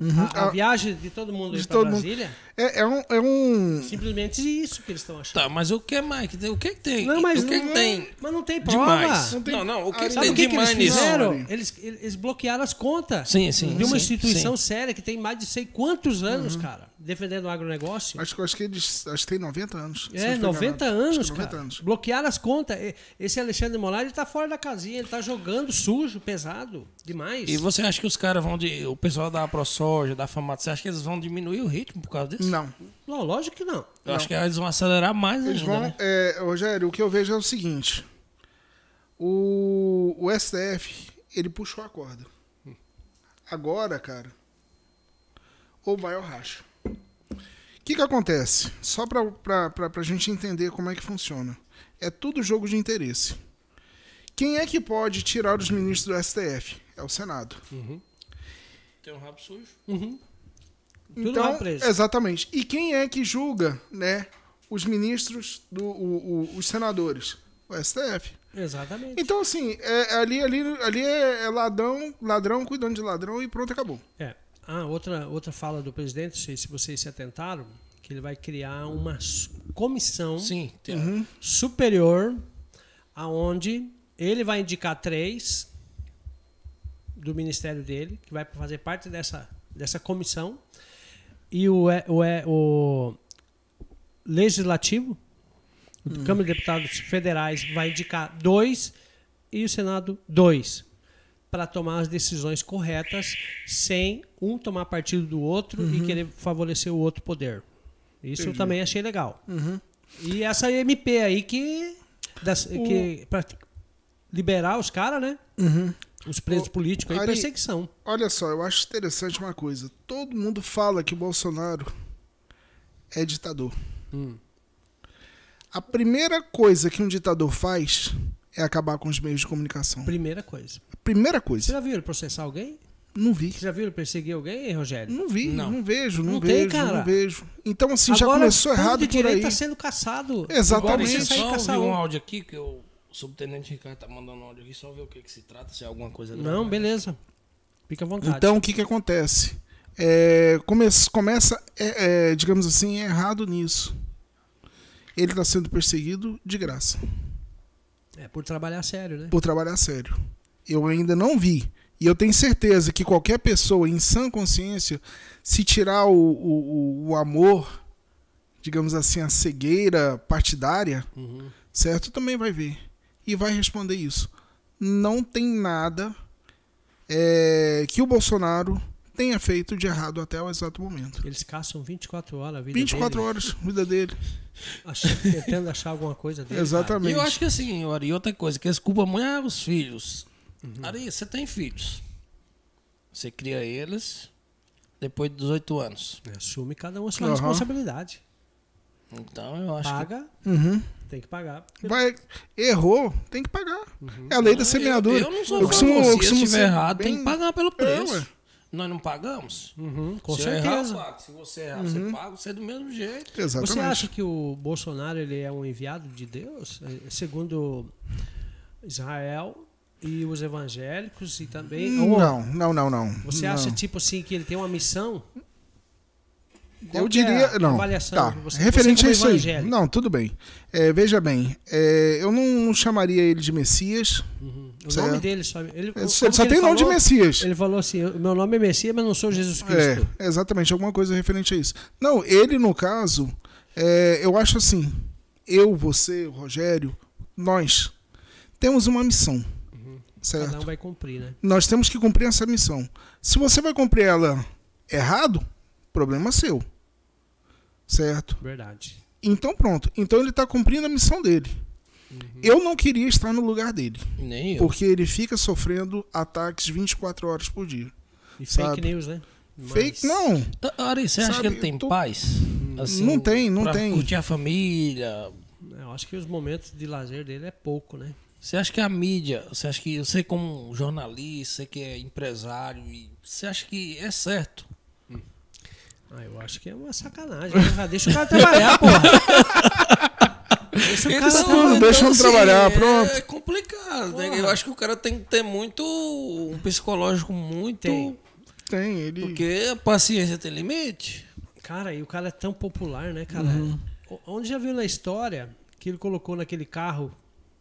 A: a, a
B: Ah,
A: viagem de todo mundo
B: de
A: para
B: todo mundo.
A: Brasília.
B: É, é um, é um.
A: Simplesmente isso que eles estão achando.
C: Tá, mas o que mais? O que que tem?
A: Não, mas
C: o que
A: não, é,
C: que tem?
A: mas não tem prova.
C: Demais.
B: tem-
C: Não, não, o que,
B: Aí-
C: que
A: Sabe
C: tem
A: o que, que eles
C: demais nisso?
A: fizeram?
B: Ari?
A: Eles, eles bloquearam as contas
C: Sim, sim,
A: de uma
C: sim,
A: instituição
C: sim.
B: Uhum.
A: séria que tem mais de sei quantos anos, cara. defendendo o agronegócio.
B: Acho, que- acho que eles acho que tem 90 anos. se eu
A: É,
B: não estou
A: 90
B: enganado. Acho
A: anos,
B: que 90
A: cara.
B: anos.
A: Bloquearam as contas. E- Esse Alexandre Moraes ele tá fora da casinha, ele tá jogando sujo, pesado, demais.
C: E você acha que os caras vão de. O pessoal da ProSoja, da Famato, você acha que eles vão diminuir o ritmo por causa disso?
B: Não.
A: Não, lógico que não.
C: Eu acho que eles vão acelerar mais
B: Eles
C: ainda,
B: vão.
C: né?
B: é, Rogério, o que eu vejo é o seguinte: o, o STF, ele puxou a corda. Agora, cara, ou vai ou racha. O que, que acontece? Só pra, pra, pra, pra gente entender como é que funciona. É tudo jogo de interesse. Quem é que pode tirar os ministros do STF? É o Senado.
C: Tem um rabo sujo.
A: Tudo
B: então,
A: vai preso.
B: Exatamente. E quem é que julga, né, os ministros, do, o- o- os senadores? O STF.
A: Exatamente.
B: Então, assim, é- ali, ali, ali é, é ladrão, ladrão cuidando de ladrão e pronto, acabou.
A: É. Ah, outra, outra fala do presidente, não sei se vocês se atentaram, que ele vai criar uma su- comissão
C: Sim, tem. um
A: superior, aonde ele vai indicar três do ministério dele, que vai fazer parte dessa, dessa comissão, e o, E- o, E- o Legislativo, o Câmara de Deputados Federais, vai indicar dois e o Senado dois para tomar as decisões corretas sem um tomar partido do outro e querer favorecer o outro poder. Isso eu também achei legal. E essa MP aí que. Das, que pra liberar os caras, né? Os presos
B: Ô,
A: políticos aí,
B: Ari-
A: perseguição.
B: Olha só, eu acho interessante uma coisa. Todo mundo fala que o Bolsonaro é ditador.
A: Hum.
B: A primeira coisa que um ditador faz é acabar com os meios de comunicação.
A: Primeira coisa.
B: A primeira
A: Você
B: coisa.
A: já viu ele processar alguém?
B: Não vi.
A: Você já viu ele perseguir alguém, Rogério?
B: Não vi,
C: Não.
B: não, vejo, não,
A: Não tem,
B: vejo,
A: cara.
B: não vejo. Então, assim, já
A: Agora,
B: começou
A: o povo
B: errado
A: de
B: por
A: direita
B: aí.
A: tá sendo caçado.
C: Agora,
B: Exatamente.
A: Agora,
C: você
A: você
C: só
A: sair
C: ouviu
A: caçar
C: um
A: um.
C: áudio aqui que o subtenente Ricardo tá mandando um áudio aqui, só ver o que, que se trata, se é alguma coisa.
A: um. Não, beleza. Fica à vontade.
B: Então, o que, que acontece? É, come- começa, é, é, digamos assim, errado nisso. Ele está sendo perseguido de graça,
A: É por trabalhar sério, né?
B: por trabalhar sério. Eu ainda não vi. E eu tenho certeza que qualquer pessoa em sã consciência, se tirar o, o- o- o amor, digamos assim, a cegueira partidária,
C: Uhum.
B: certo? Também vai ver. E vai responder isso. Não tem nada é, que o Bolsonaro tenha feito de errado até o exato momento.
A: Eles caçam 24 horas a vida
B: 24
A: dele,
B: horas, vida dele.
A: ach- tentando achar alguma coisa dele. cara.
C: E
B: Exatamente.
C: eu acho que assim, Ari, e outra coisa, que eles culpam muito é os filhos. Ari, você tem filhos. Você cria eles depois dos 18 anos.
A: Assume cada um a sua
B: Aham.
A: responsabilidade.
C: Então eu acho que.
A: Paga,
B: Uhum.
A: tem que pagar.
B: Vai, errou, tem que pagar. É a lei da semeadura.
C: Eu, eu não sou
B: Eu costumo-
C: costumo,
B: eu
C: se
B: costumo
C: estiver
B: ser
C: errado, tem
B: bem- É,
C: que pagar pelo preço.
B: ué.
C: Nós não pagamos?
A: Uhum, com
C: se eu errar, eu
A: certeza.
C: pago. se você errar,
B: Uhum.
C: você paga, você é do mesmo jeito.
B: Exatamente.
A: Você acha que o Bolsonaro ele é um enviado de Deus? Eh, Segundo Israel e os evangélicos e também. Ou
B: Não, Hum, não, não, não.
A: Você
B: não.
A: acha, tipo assim, que ele tem uma missão? Qual
B: Eu
A: que é
B: diria.
A: a
B: não.
A: avaliação
B: tá.
A: de você-
B: Referente
A: você como
B: a isso aí.
A: evangélico?
B: Não, tudo bem. É, veja bem, é, eu não, não chamaria ele de Messias.
A: Uhum. O
B: Certo.
A: nome dele só. Ele,
B: É,
A: como
B: só
A: que
B: só
A: ele
B: tem nome de
A: falou?
B: Messias.
A: Ele falou assim: "Eu- meu nome é Messias, mas não sou Jesus Cristo.
B: É, exatamente, alguma coisa referente a isso. Não, ele, no caso, é, eu acho assim: eu, você, o Rogério, nós temos uma missão. Certo?
A: Cada um vai cumprir, né?
B: Nós temos que cumprir essa missão. Se você vai cumprir ela errado, problema seu. Certo?
A: Verdade.
B: Então pronto. Então ele está cumprindo a missão dele.
A: Uhum.
B: Eu não queria estar no lugar dele,
C: Nem eu.
B: porque ele fica sofrendo ataques 24 horas por dia.
A: E
B: Sabe.
A: fake news, né?
B: Fake não.
C: Tá, Ari, você acha
B: Sabe,
C: que ele tem
B: eu tô-
C: paz? Assim,
B: Não tem, não
C: pra
B: tem.
C: Curtir a família.
A: não. né, Eu acho que os momentos de lazer dele é pouco, né?
C: Você acha que a mídia, você acha que você como um jornalista, você que é empresário, e você acha que é certo?
A: Ah, eu acho que é uma sacanagem. né? Já deixa o cara
C: É
A: trabalhar, porra. Deixa o cara
C: Então,
A: trabalhar.
B: não deixam trabalhar,
C: é É
B: pronto.
C: complicado. né? Eu acho que o cara tem que ter muito um psicológico muito,
A: Tem.
B: Tem, ele.
C: porque a paciência tem limite.
A: Cara, e o cara é tão popular, né, cara?
B: Uhum.
A: O- Onde já viu na história que ele colocou naquele carro
B: Uhum.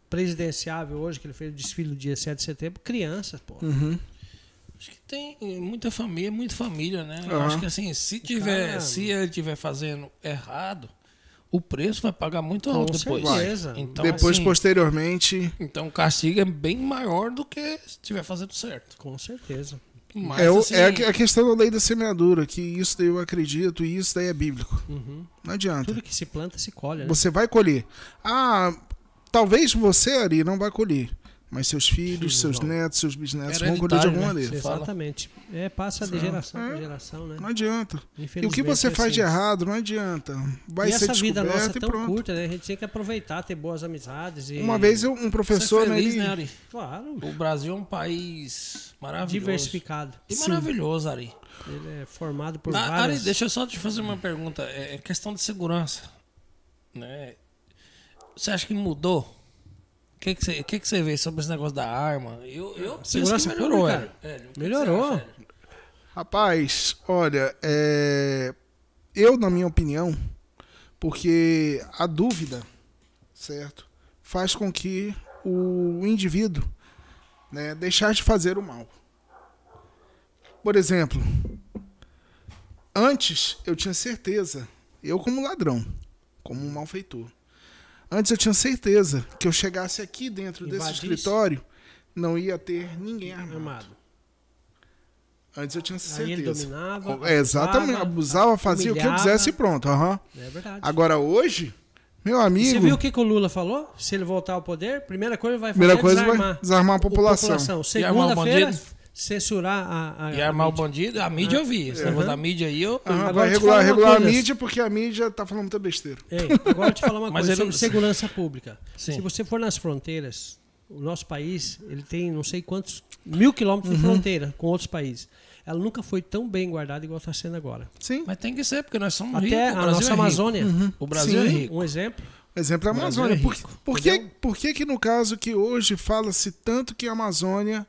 A: presidenciável hoje, que ele fez o desfile do dia 7 de setembro, crianças, pô.
C: Acho que tem é muita família, muita família, né? Eu
B: Aham. né?
C: Acho que assim, se tiver,
A: Cara.
C: se ele tiver fazendo errado, o preço vai pagar muito
A: Com
C: alto depois.
A: certeza.
C: Então,
B: Depois,
C: assim,
B: posteriormente,
C: então o castigo é bem maior do que se tiver fazendo certo.
A: Com certeza.
C: Mas,
B: é, o-
C: assim,
B: é a que- a questão da lei da semeadura, que isso daí eu acredito e isso daí é bíblico. Não adianta.
A: Uhum. Tudo que se planta se colhe, né?
B: Você vai colher. Ah, talvez você, Ari, não vai colher. Mas seus filhos, seus
A: vão.
B: netos, seus bisnetos vão
C: Hereditário,
B: colher de alguma
C: né?
B: maneira.
C: fala.
A: Exatamente. É, passa de geração para geração, né?
B: Não adianta. E o
A: Infelizmente,
B: que você
A: é
B: faz de
A: assim.
B: errado, não adianta. Vai
A: e
B: ser
A: essa vida nossa
B: descoberto
A: é
B: e
A: tão
B: pronto.
A: curta, né? A gente tem que aproveitar, ter boas amizades e...
B: Uma vez eu-
A: é
B: um
C: ser
B: professor,
C: feliz,
B: né,
C: né,
B: ele-
C: Ari?
A: Claro,
C: O Brasil é um país maravilhoso.
A: diversificado.
C: E maravilhoso, Ari.
A: Ele é formado por
C: Na- Ah, Ari,
A: várias...
C: deixa eu só te fazer uma pergunta. É é questão de segurança. Né? Você acha que mudou? O que, que, você, o que, que você vê sobre esse negócio da arma? Eu, eu penso
A: Segurança
C: que melhorou, É,
A: pública.
C: Hélio. Hélio, o que
A: Melhorou.
C: você acha, Hélio?
B: Rapaz, olha, é, eu, na minha opinião, porque a dúvida, certo, faz com que o indivíduo né, deixar de fazer o mal. Por exemplo, antes eu tinha certeza, eu como ladrão, como um malfeitor, antes eu tinha certeza que eu chegasse aqui dentro desse
A: Invadisse.
B: escritório, não ia ter ninguém armado.
A: Amado.
B: Antes eu tinha essa
A: Aí ele
B: certeza.
A: dominava,
B: É, exatamente, abusava, fazia o que eu
A: humilhava.
B: quisesse e pronto. aham.
A: É verdade.
B: Agora hoje, meu
A: E Você viu o
B: amigo,
A: que, que o Lula falou? Se ele voltar ao poder, primeira coisa ele vai fazer
B: primeira coisa
A: é
B: vai
A: desarmar
B: desarmar a população.
C: E armar o
A: Segunda-feira,
C: bandido?
A: censurar a... a-
C: E armar o bandido? A mídia eu vi. Esse negócio da mídia aí eu.
B: Aham,
A: Ah, Agora
B: vai
A: eu te
B: regular,
A: falo uma
B: regular a
A: coisa.
B: mídia porque a mídia tá falando muita besteira.
A: Ei, agora eu te falar uma
C: Mas
A: coisa
C: ele-
A: sobre segurança pública.
C: Sim.
A: Se você for nas fronteiras, o nosso país ele tem não sei quantos mil quilômetros
B: Uhum.
A: de fronteira com outros países. Ela nunca foi tão bem guardada igual está sendo agora.
B: Sim.
C: Mas tem que ser, porque nós somos ricos.
A: Até
C: o
A: a
C: Brasil é
A: nossa
C: rico.
A: Amazônia,
C: O Brasil é
B: Sim.
C: rico.
A: um exemplo.
B: Exemplo é a
C: O Brasil
B: Amazônia.
C: é
B: por,
C: rico,
B: por que, por que que no caso que hoje fala-se tanto que a Amazônia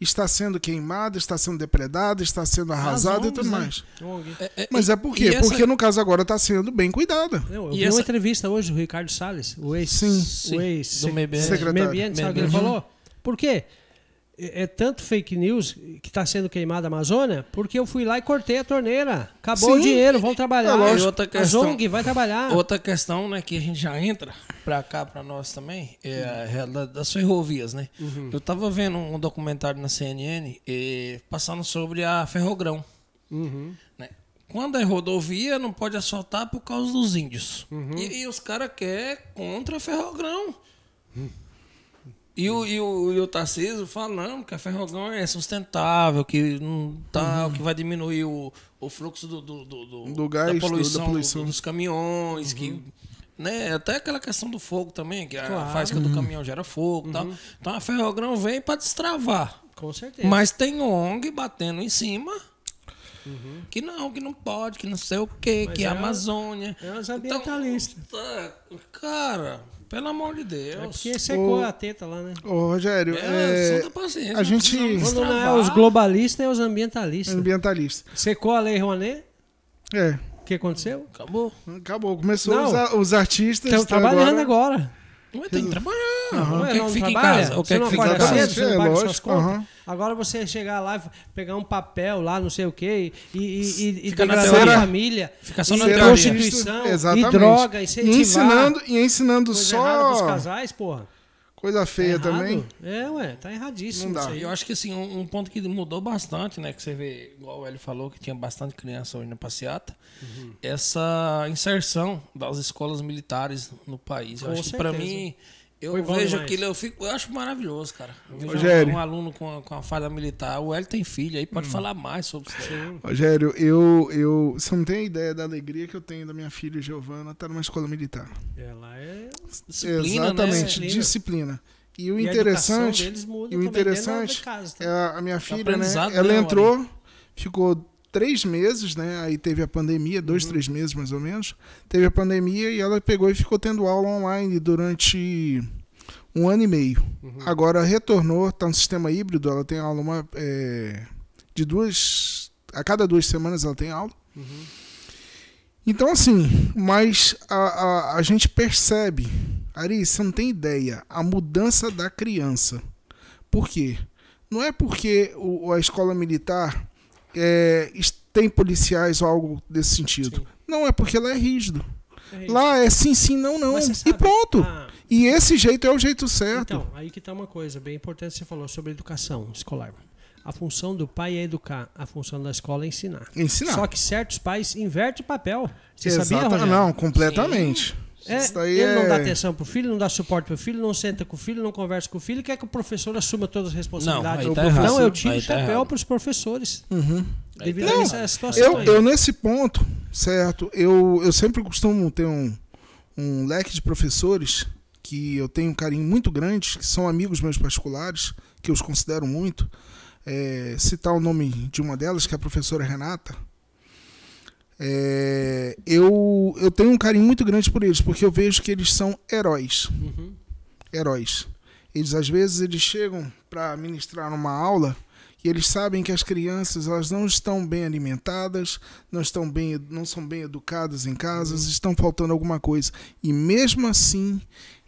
B: está sendo queimada, está sendo depredada, está sendo arrasada e
C: ONGs,
B: tudo
C: né?
B: mais?
A: ONG.
C: É- é-
B: Mas é
C: e
B: por quê?
C: essa-
B: Porque no caso agora está sendo bem cuidada.
A: Não, eu
C: E
A: vi
C: essa-
A: uma entrevista hoje do Ricardo Salles, o ex,
B: Sim.
A: o
C: Sim,
A: ex
C: do
A: se-
C: meio ambiente.
A: secretário meio ambiente, sabe o que ele
C: Uhum.
A: falou? Por quê? É é tanto fake news que está sendo queimada a Amazônia, porque eu fui lá e cortei a torneira. Acabou o
B: Sim.
A: dinheiro, vão trabalhar.
B: É lógico.
C: E outra
A: a
C: questão-
A: Zong vai trabalhar.
C: Outra questão, né, que a gente já entra pra cá, pra nós também, é a realidade das ferrovias, né? Eu tava vendo um documentário na CNN eh, passando sobre a Ferrogrão.
A: Uhum.
C: né? Quando é rodovia, não pode assaltar por causa dos índios. E, e os caras querem contra a Ferrogrão. E o, e, o, e o Tarcísio falando que a Ferrogrão é sustentável, que não tá, que vai diminuir o, o fluxo do, do, do- do-
B: Do gás, do-
C: da
B: da
C: poluição,
B: poluição.
C: do- dos caminhões, que. Né, até aquela questão do fogo também, que a
A: Claro.
C: faísca do caminhão gera fogo e tal. Então a Ferrogrão vem para destravar.
A: Com certeza.
C: Mas tem ONG batendo em cima. Que não, que não pode, que não sei o quê, que é a
A: é-
C: Amazônia.
A: é os ambientalistas.
C: Então, tá, cara, pelo amor de
A: É
C: Deus.
A: porque secou
B: Ô.
A: a teta lá, né?
B: Ô, Rogério,
C: É,
B: é,
C: santa paciência,
B: a
C: não
B: gente-
C: precisamos
A: Quando não é
C: destravar.
A: os globalistas, é os ambientalistas.
B: ambientalista.
A: Secou a Lei Rouanet,
B: É,
A: o que aconteceu?
C: Acabou.
B: acabou. Começou
A: Não.
B: os, a- os artistas.
A: Estão
B: tá
A: trabalhando agora.
C: Mas tem que trabalhar.
A: Não
C: O
A: é,
C: que é
A: não
C: que fica em
A: trabalha?
C: casa? O que
A: Você
C: é que
A: não
C: fica em
A: acorda
B: casa?
A: cedo, você não
B: É,
A: paga suas
B: lógico,
A: contas.
B: aham.
A: Agora você chegar lá e pegar um papel lá, não sei o quê, e, e, e, e
C: Fica na
A: degradar
B: teoria.
A: a família.
C: Fica só na
A: e
B: Ser
C: teoria.
A: prostituição,
B: Exatamente.
A: e droga, incentivar.
B: E ensinando, e ensinando
A: coisa errada pros
B: só
A: casais, porra.
B: coisa feia
A: Errado.
B: também.
A: É, ué, tá erradíssimo
B: Não dá.
A: isso aí.
C: Eu acho que assim, um, um ponto que mudou bastante, né? Que você vê, igual ele falou, que tinha bastante criança hoje na passeata,
A: Uhum.
C: essa inserção das escolas militares no país. Eu
A: Com
C: acho que pra
A: certeza.
C: mim, eu
A: Foi bom
C: vejo
A: demais.
C: aquilo, eu, fico, eu acho maravilhoso, cara. Eu vejo
B: Rogério.
C: um, um aluno com a, com a falha militar, o Hélio tem filho, aí
A: Hum.
C: pode falar mais sobre isso. aí.
B: Rogério, eu, eu. Você não tem ideia da alegria que eu tenho da minha filha Giovana estar numa escola militar.
A: Ela é...
C: Disciplina, né?
B: Exatamente,
A: Disciplina.
B: disciplina. E o
A: E a educação
B: interessante.
A: deles muda
B: E
A: também
B: o
A: dentro
B: interessante
A: da casa, tá?
B: é a a minha filha, né?
C: aprendizado,
B: Ela
C: né,
B: entrou, ficou três meses, né? Aí teve a pandemia, dois, três meses mais ou menos. Teve a pandemia e ela pegou e ficou tendo aula online durante um ano e meio. Agora retornou, está no sistema híbrido, ela tem aula uma, é, de duas. A cada duas semanas ela tem aula. Então, assim, mas a, a, a gente percebe, Ari, você não tem ideia, a mudança da criança. Por quê? não é porque o, a escola militar é, es- tem policiais ou algo desse sentido.
A: Sim.
B: Não, é porque lá é rígido.
A: É isso.
B: Lá é sim, sim, não, não.
A: Mas você
B: E
A: sabe-
B: pronto.
A: Ah,
B: E esse jeito é o jeito certo.
A: Então, aí que tá uma coisa bem importante que você falou sobre educação escolar. A função do pai é educar, a função da escola é ensinar.
B: Ensinar.
A: Só que certos pais invertem o papel. Você sabia,
B: Exata-
A: Rogério?
B: Não, completamente.
A: É,
B: Isso daí
A: ele não dá
B: é-
A: atenção pro filho, não dá suporte pro filho, não senta com o filho, não conversa com o filho, quer que o professor assuma todas as responsabilidades.
C: aí tá
A: então
C: errado.
A: eu tiro
C: Aí
A: o
C: tá
A: chapéu
C: errado.
A: pros professores.
C: Aí
A: Devido
C: tá
A: a
B: Não,
A: essa situação.
B: Uhum. Então, Eu,
A: aí.
B: eu nesse ponto, certo, eu, eu sempre costumo ter um, um leque de professores que eu tenho um carinho muito grande, que são amigos meus particulares, que eu os considero muito. É, citar o nome de uma delas, que é a professora Renata. É, eu, eu tenho um carinho muito grande por eles, porque eu vejo que eles são heróis.
A: Uhum.
B: Heróis. Eles às vezes eles chegam para ministrar uma aula e eles sabem que as crianças elas não estão bem alimentadas, não estão bem, não são bem educadas em casa,
A: Uhum.
B: estão faltando alguma coisa e mesmo assim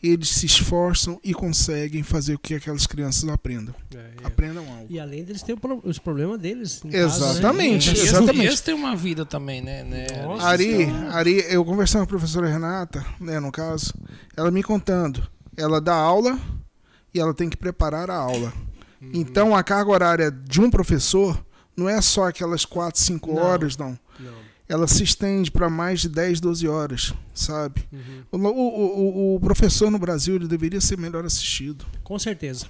B: eles se esforçam e conseguem fazer com que aquelas crianças aprendam,
A: É, é.
B: aprendam algo.
A: E além deles, tem o pro- os problemas deles. em
B: Exatamente,
A: Casa, né?
C: E esse-
B: exatamente.
C: E esse tem uma vida também, né? né?
A: Nossa.
B: Ari, Ari, eu conversei com a professora Renata, né, no caso, ela me contando, ela dá aula e ela tem que preparar a aula.
A: Uhum.
B: Então a carga horária de um professor não é só aquelas 4, 5
A: Não.
B: horas, não.
A: Não.
B: Ela se estende para mais de 10, 12 horas, sabe?
A: Uhum.
B: O, o- o- o professor no Brasil ele deveria ser melhor assistido,
A: Com certeza.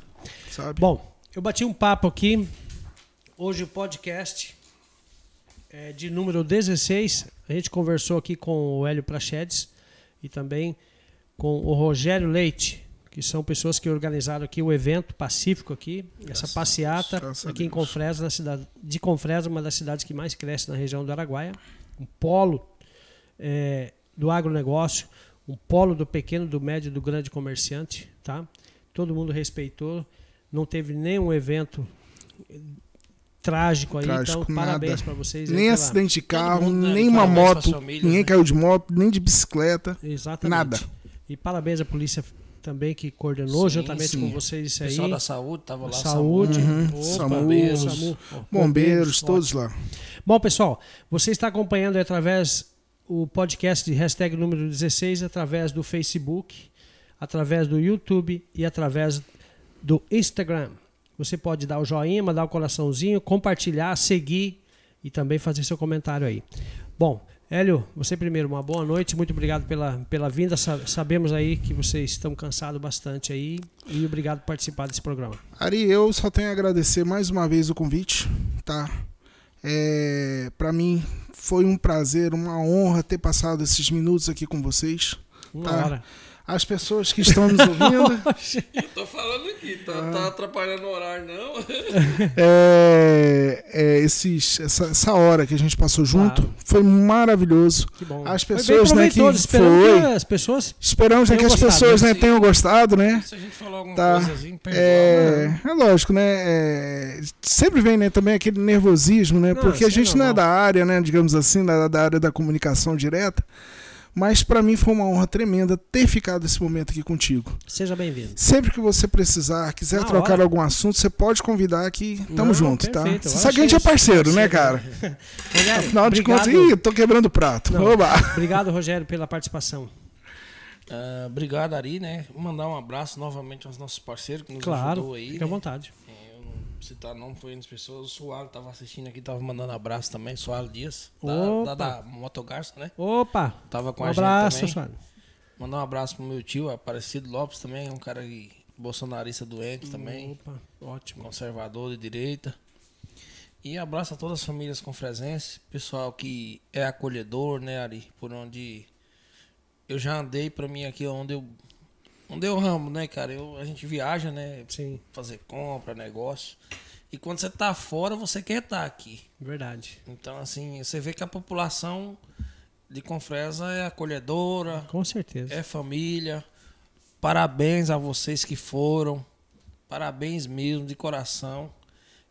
B: sabe?
A: Bom, eu bati um papo aqui. Hoje o podcast é de número 16. A gente conversou aqui com o Hélio Prachedes e também com o Rogério Leite, que são pessoas que organizaram aqui o evento pacífico aqui, essa passeata
B: Graças a
A: aqui em
B: Deus.
A: Confresa, na cidade de Confresa, uma das cidades que mais cresce na região do Araguaia, um polo é, do agronegócio, um polo do pequeno, do médio, do grande comerciante, tá? Todo mundo respeitou, não teve nenhum evento eh, trágico aí,
B: Trágico,
A: então
B: nada.
A: parabéns para vocês. aí tá
B: nem
A: pela-
B: acidente de carro,
C: mundo, né,
B: nem uma
C: parabéns pra
B: moto,
C: família,
B: ninguém
C: né?
B: caiu de moto, nem de bicicleta.
A: Exatamente.
B: nada.
A: E parabéns à polícia também que coordenou
C: Sim,
A: juntamente
B: sim.
A: com vocês isso aí.
C: Pessoal da saúde tava lá.
A: Saúde,
B: Uhum,
A: opa,
B: SAMU,
A: bombeiros,
C: bombeiros,
A: SAMU,
B: Bombeiros, todos lá.
A: Bom, pessoal, você está acompanhando aí através o podcast de hashtag número 16, através do Facebook, através do YouTube e através do Instagram. Você pode dar o joinha, mandar o coraçãozinho, compartilhar, seguir e também fazer seu comentário aí. Bom, Hélio, você primeiro, uma boa noite, muito obrigado pela, pela vinda. Sa- Sabemos aí que vocês estão cansados bastante aí e obrigado por participar desse programa.
B: Ari, eu só tenho a agradecer mais uma vez o convite, tá? É, para mim foi um prazer, uma honra ter passado esses minutos aqui com vocês.
A: Uma
B: Tá.
A: hora.
B: As pessoas que estão nos ouvindo,
D: Tô falando aqui, tá, tá atrapalhando o horário, não?
B: é, é, esses, essa, essa hora que a gente passou junto
A: Claro.
B: foi maravilhoso.
A: Que bom.
B: As
A: Foi bem
B: pessoas, né, que
A: proveitoso, esperando
B: foi.
A: que as pessoas
B: Esperamos né,
A: Tenham
B: que as
A: gostado,
B: pessoas
C: né?
B: né, tenham gostado, né?
C: Se a gente falou alguma
B: Tá.
C: coisa assim, perdoa.
B: É, é lógico, né? É, sempre vem né, também aquele nervosismo, né?
A: Não,
B: Porque a
A: isso é
B: gente não é
A: normal.
B: da área, né? Digamos assim, da, da área da comunicação direta. Mas pra mim foi uma honra tremenda ter ficado esse momento aqui contigo.
A: Seja bem-vindo.
B: Sempre que você precisar, quiser
A: Na
B: trocar
A: hora.
B: algum assunto, você pode convidar que tamo
A: Não,
B: junto,
A: perfeito,
B: tá?
A: eu
B: Você sabe que a gente é
A: acho
B: parceiro, né,
A: parceiro.
B: cara?
A: Rogério,
B: Afinal de
A: obrigado,
B: contas, ih, tô quebrando o prato.
A: Não.
B: Oba!
A: obrigado, Rogério, pela participação.
C: Ah, obrigado, Ari, né? Mandar um abraço novamente aos nossos parceiros que nos
A: Claro,
C: ajudou aí.
A: fica à
C: né?
A: vontade.
C: É, eu não citar não foi as pessoas. O Soalho tava assistindo aqui, tava mandando abraço também. Soalho Dias,
A: Opa.
C: da, da, da Motogarça, né?
A: Opa,
C: Tava com
A: um
C: a
A: abraço,
C: gente também.
A: Suárez.
C: Mandar um abraço pro meu tio, Aparecido Lopes também, é um cara que- bolsonarista doente também,
A: Opa, ótimo.
C: conservador de direita. E abraço a todas as famílias confresenses, pessoal que é acolhedor, né, Ari? Por onde eu já andei pra mim aqui, é onde eu. Onde eu ramo, né, cara? Eu, a gente viaja, né?
A: Sim,
C: fazer compra, negócio. E quando você tá fora, você quer estar aqui.
A: verdade.
C: Então, assim, você vê que a população de Confresa é acolhedora,
A: Com certeza.
C: é família. Parabéns a vocês que foram. Parabéns mesmo, de coração.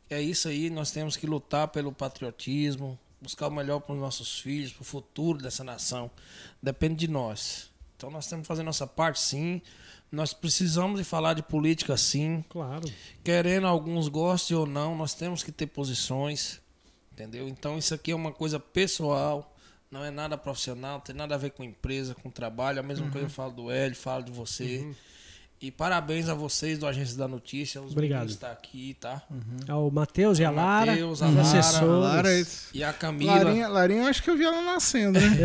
C: É isso aí, nós temos que lutar pelo patriotismo, buscar o melhor para os nossos filhos, para o futuro dessa nação. Depende de nós. Então nós temos que fazer nossa parte, sim. Nós precisamos de falar de política sim.
A: Claro.
C: Querendo alguns gostem ou não, nós temos que ter posições. Entendeu? Então isso aqui é uma coisa pessoal, não é nada profissional, não tem nada a ver com empresa, com trabalho. é A mesma
A: Uhum.
C: coisa eu falo do Hélio, falo de você. E parabéns a vocês do Agência da Notícia, os
A: Obrigado.
C: meninos estão aqui, tá?
B: Uhum.
A: É o Matheus e a
C: O
A: Lara.
C: Matheus, a
A: os
C: Lara,
A: assessores.
E: Lara,
C: E a Camila,
B: Larinha, Larinha, eu acho que eu vi ela nascendo, né?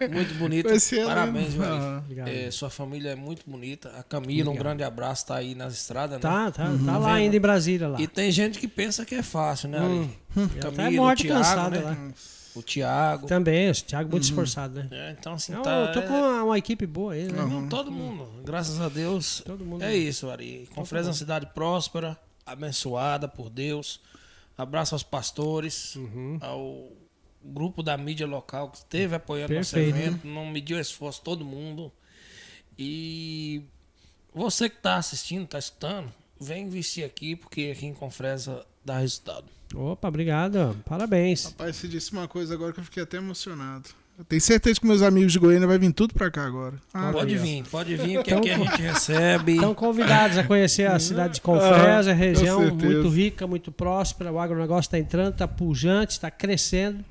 A: É.
C: muito bonita.
B: Vai ser ela
C: Parabéns,
B: mesmo.
C: velho.
B: Ah.
A: Obrigado.
C: É, sua família é muito bonita. A Camila, um grande abraço, tá aí nas estradas, né?
A: Tá, tá,
B: Uhum.
A: tá lá ainda em Brasília lá.
C: E tem gente que pensa que é fácil, né, Ari?
A: Ela
C: Camila,
A: tá
C: o
A: morta e
C: Thiago,
A: cansada
C: né?
A: lá.
C: O Thiago.
A: Também, o Thiago
B: Uhum.
A: muito esforçado, né?
C: É, então, assim,
A: Não,
C: tá,
A: eu tô com uma, uma equipe boa aí, né?
C: é, não, todo mundo, graças a Deus.
A: Todo mundo.
C: É isso, Ari. Confresa é uma cidade próspera, abençoada por Deus. Abraço aos pastores,
A: Uhum.
C: ao grupo da mídia local que esteve apoiando nosso
A: Perfeito.
C: evento, não mediu esforço todo mundo. E você que está assistindo, está escutando, vem investir aqui, porque aqui em Confresa dá resultado.
A: Opa, obrigado. Parabéns.
B: Rapaz, você disse uma coisa agora que eu fiquei até emocionado. Eu tenho certeza que meus amigos de Goiânia vai vir tudo pra cá agora. Ah,
C: pode
A: aí, ó.
C: vir, pode vir, porque aqui a gente recebe.
A: Estão Então, convidados a conhecer a cidade de Confresa, região
B: Ah, certeza.
A: muito rica, muito próspera. O agronegócio está entrando, está pujante, está crescendo.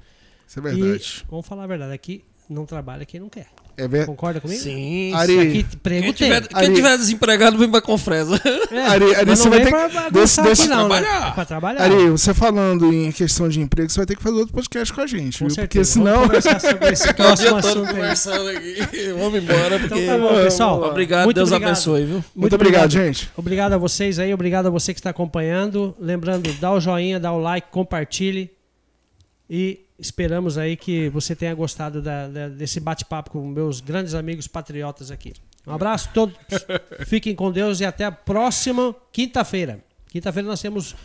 B: isso é verdade.
A: E, vamos falar a verdade, aqui não trabalha quem não quer.
B: É verdade.
A: Concorda comigo?
C: Sim,
B: Ari,
A: Aqui emprego
C: Quem
A: tem.
C: tiver, quem
B: Ari.
C: tiver desempregado, vem pra Confresa.
A: É,
B: Ari, Ari,
A: mas
B: você
A: não
B: vai
A: vem
B: ter
A: pra
B: que-
A: bagunçar
B: deixa- deixa-
A: aqui não, né?
C: trabalhar.
A: É pra trabalhar.
B: Ari, você falando em questão de emprego, você vai ter que fazer outro podcast com a gente,
A: Com
B: viu?
A: certeza.
B: Porque senão.
A: Vamos conversar sobre esse
D: Ficar o
A: próximo
D: dia todo
A: assunto aí.
D: conversando aqui. Vamos embora, porque.
A: Então tá bom, pessoal.
C: Obrigado,
A: Muito
C: Deus
A: obrigado.
C: abençoe, viu?
B: Muito obrigado, gente.
A: Obrigado a vocês aí, obrigado a você que está acompanhando. Lembrando, dá o joinha, dá o like, compartilhe. E esperamos aí que você tenha gostado da- da- desse bate-papo com meus grandes amigos patriotas aqui. Um abraço a todos, fiquem com Deus e até a próxima quinta-feira. Quinta-feira nós temos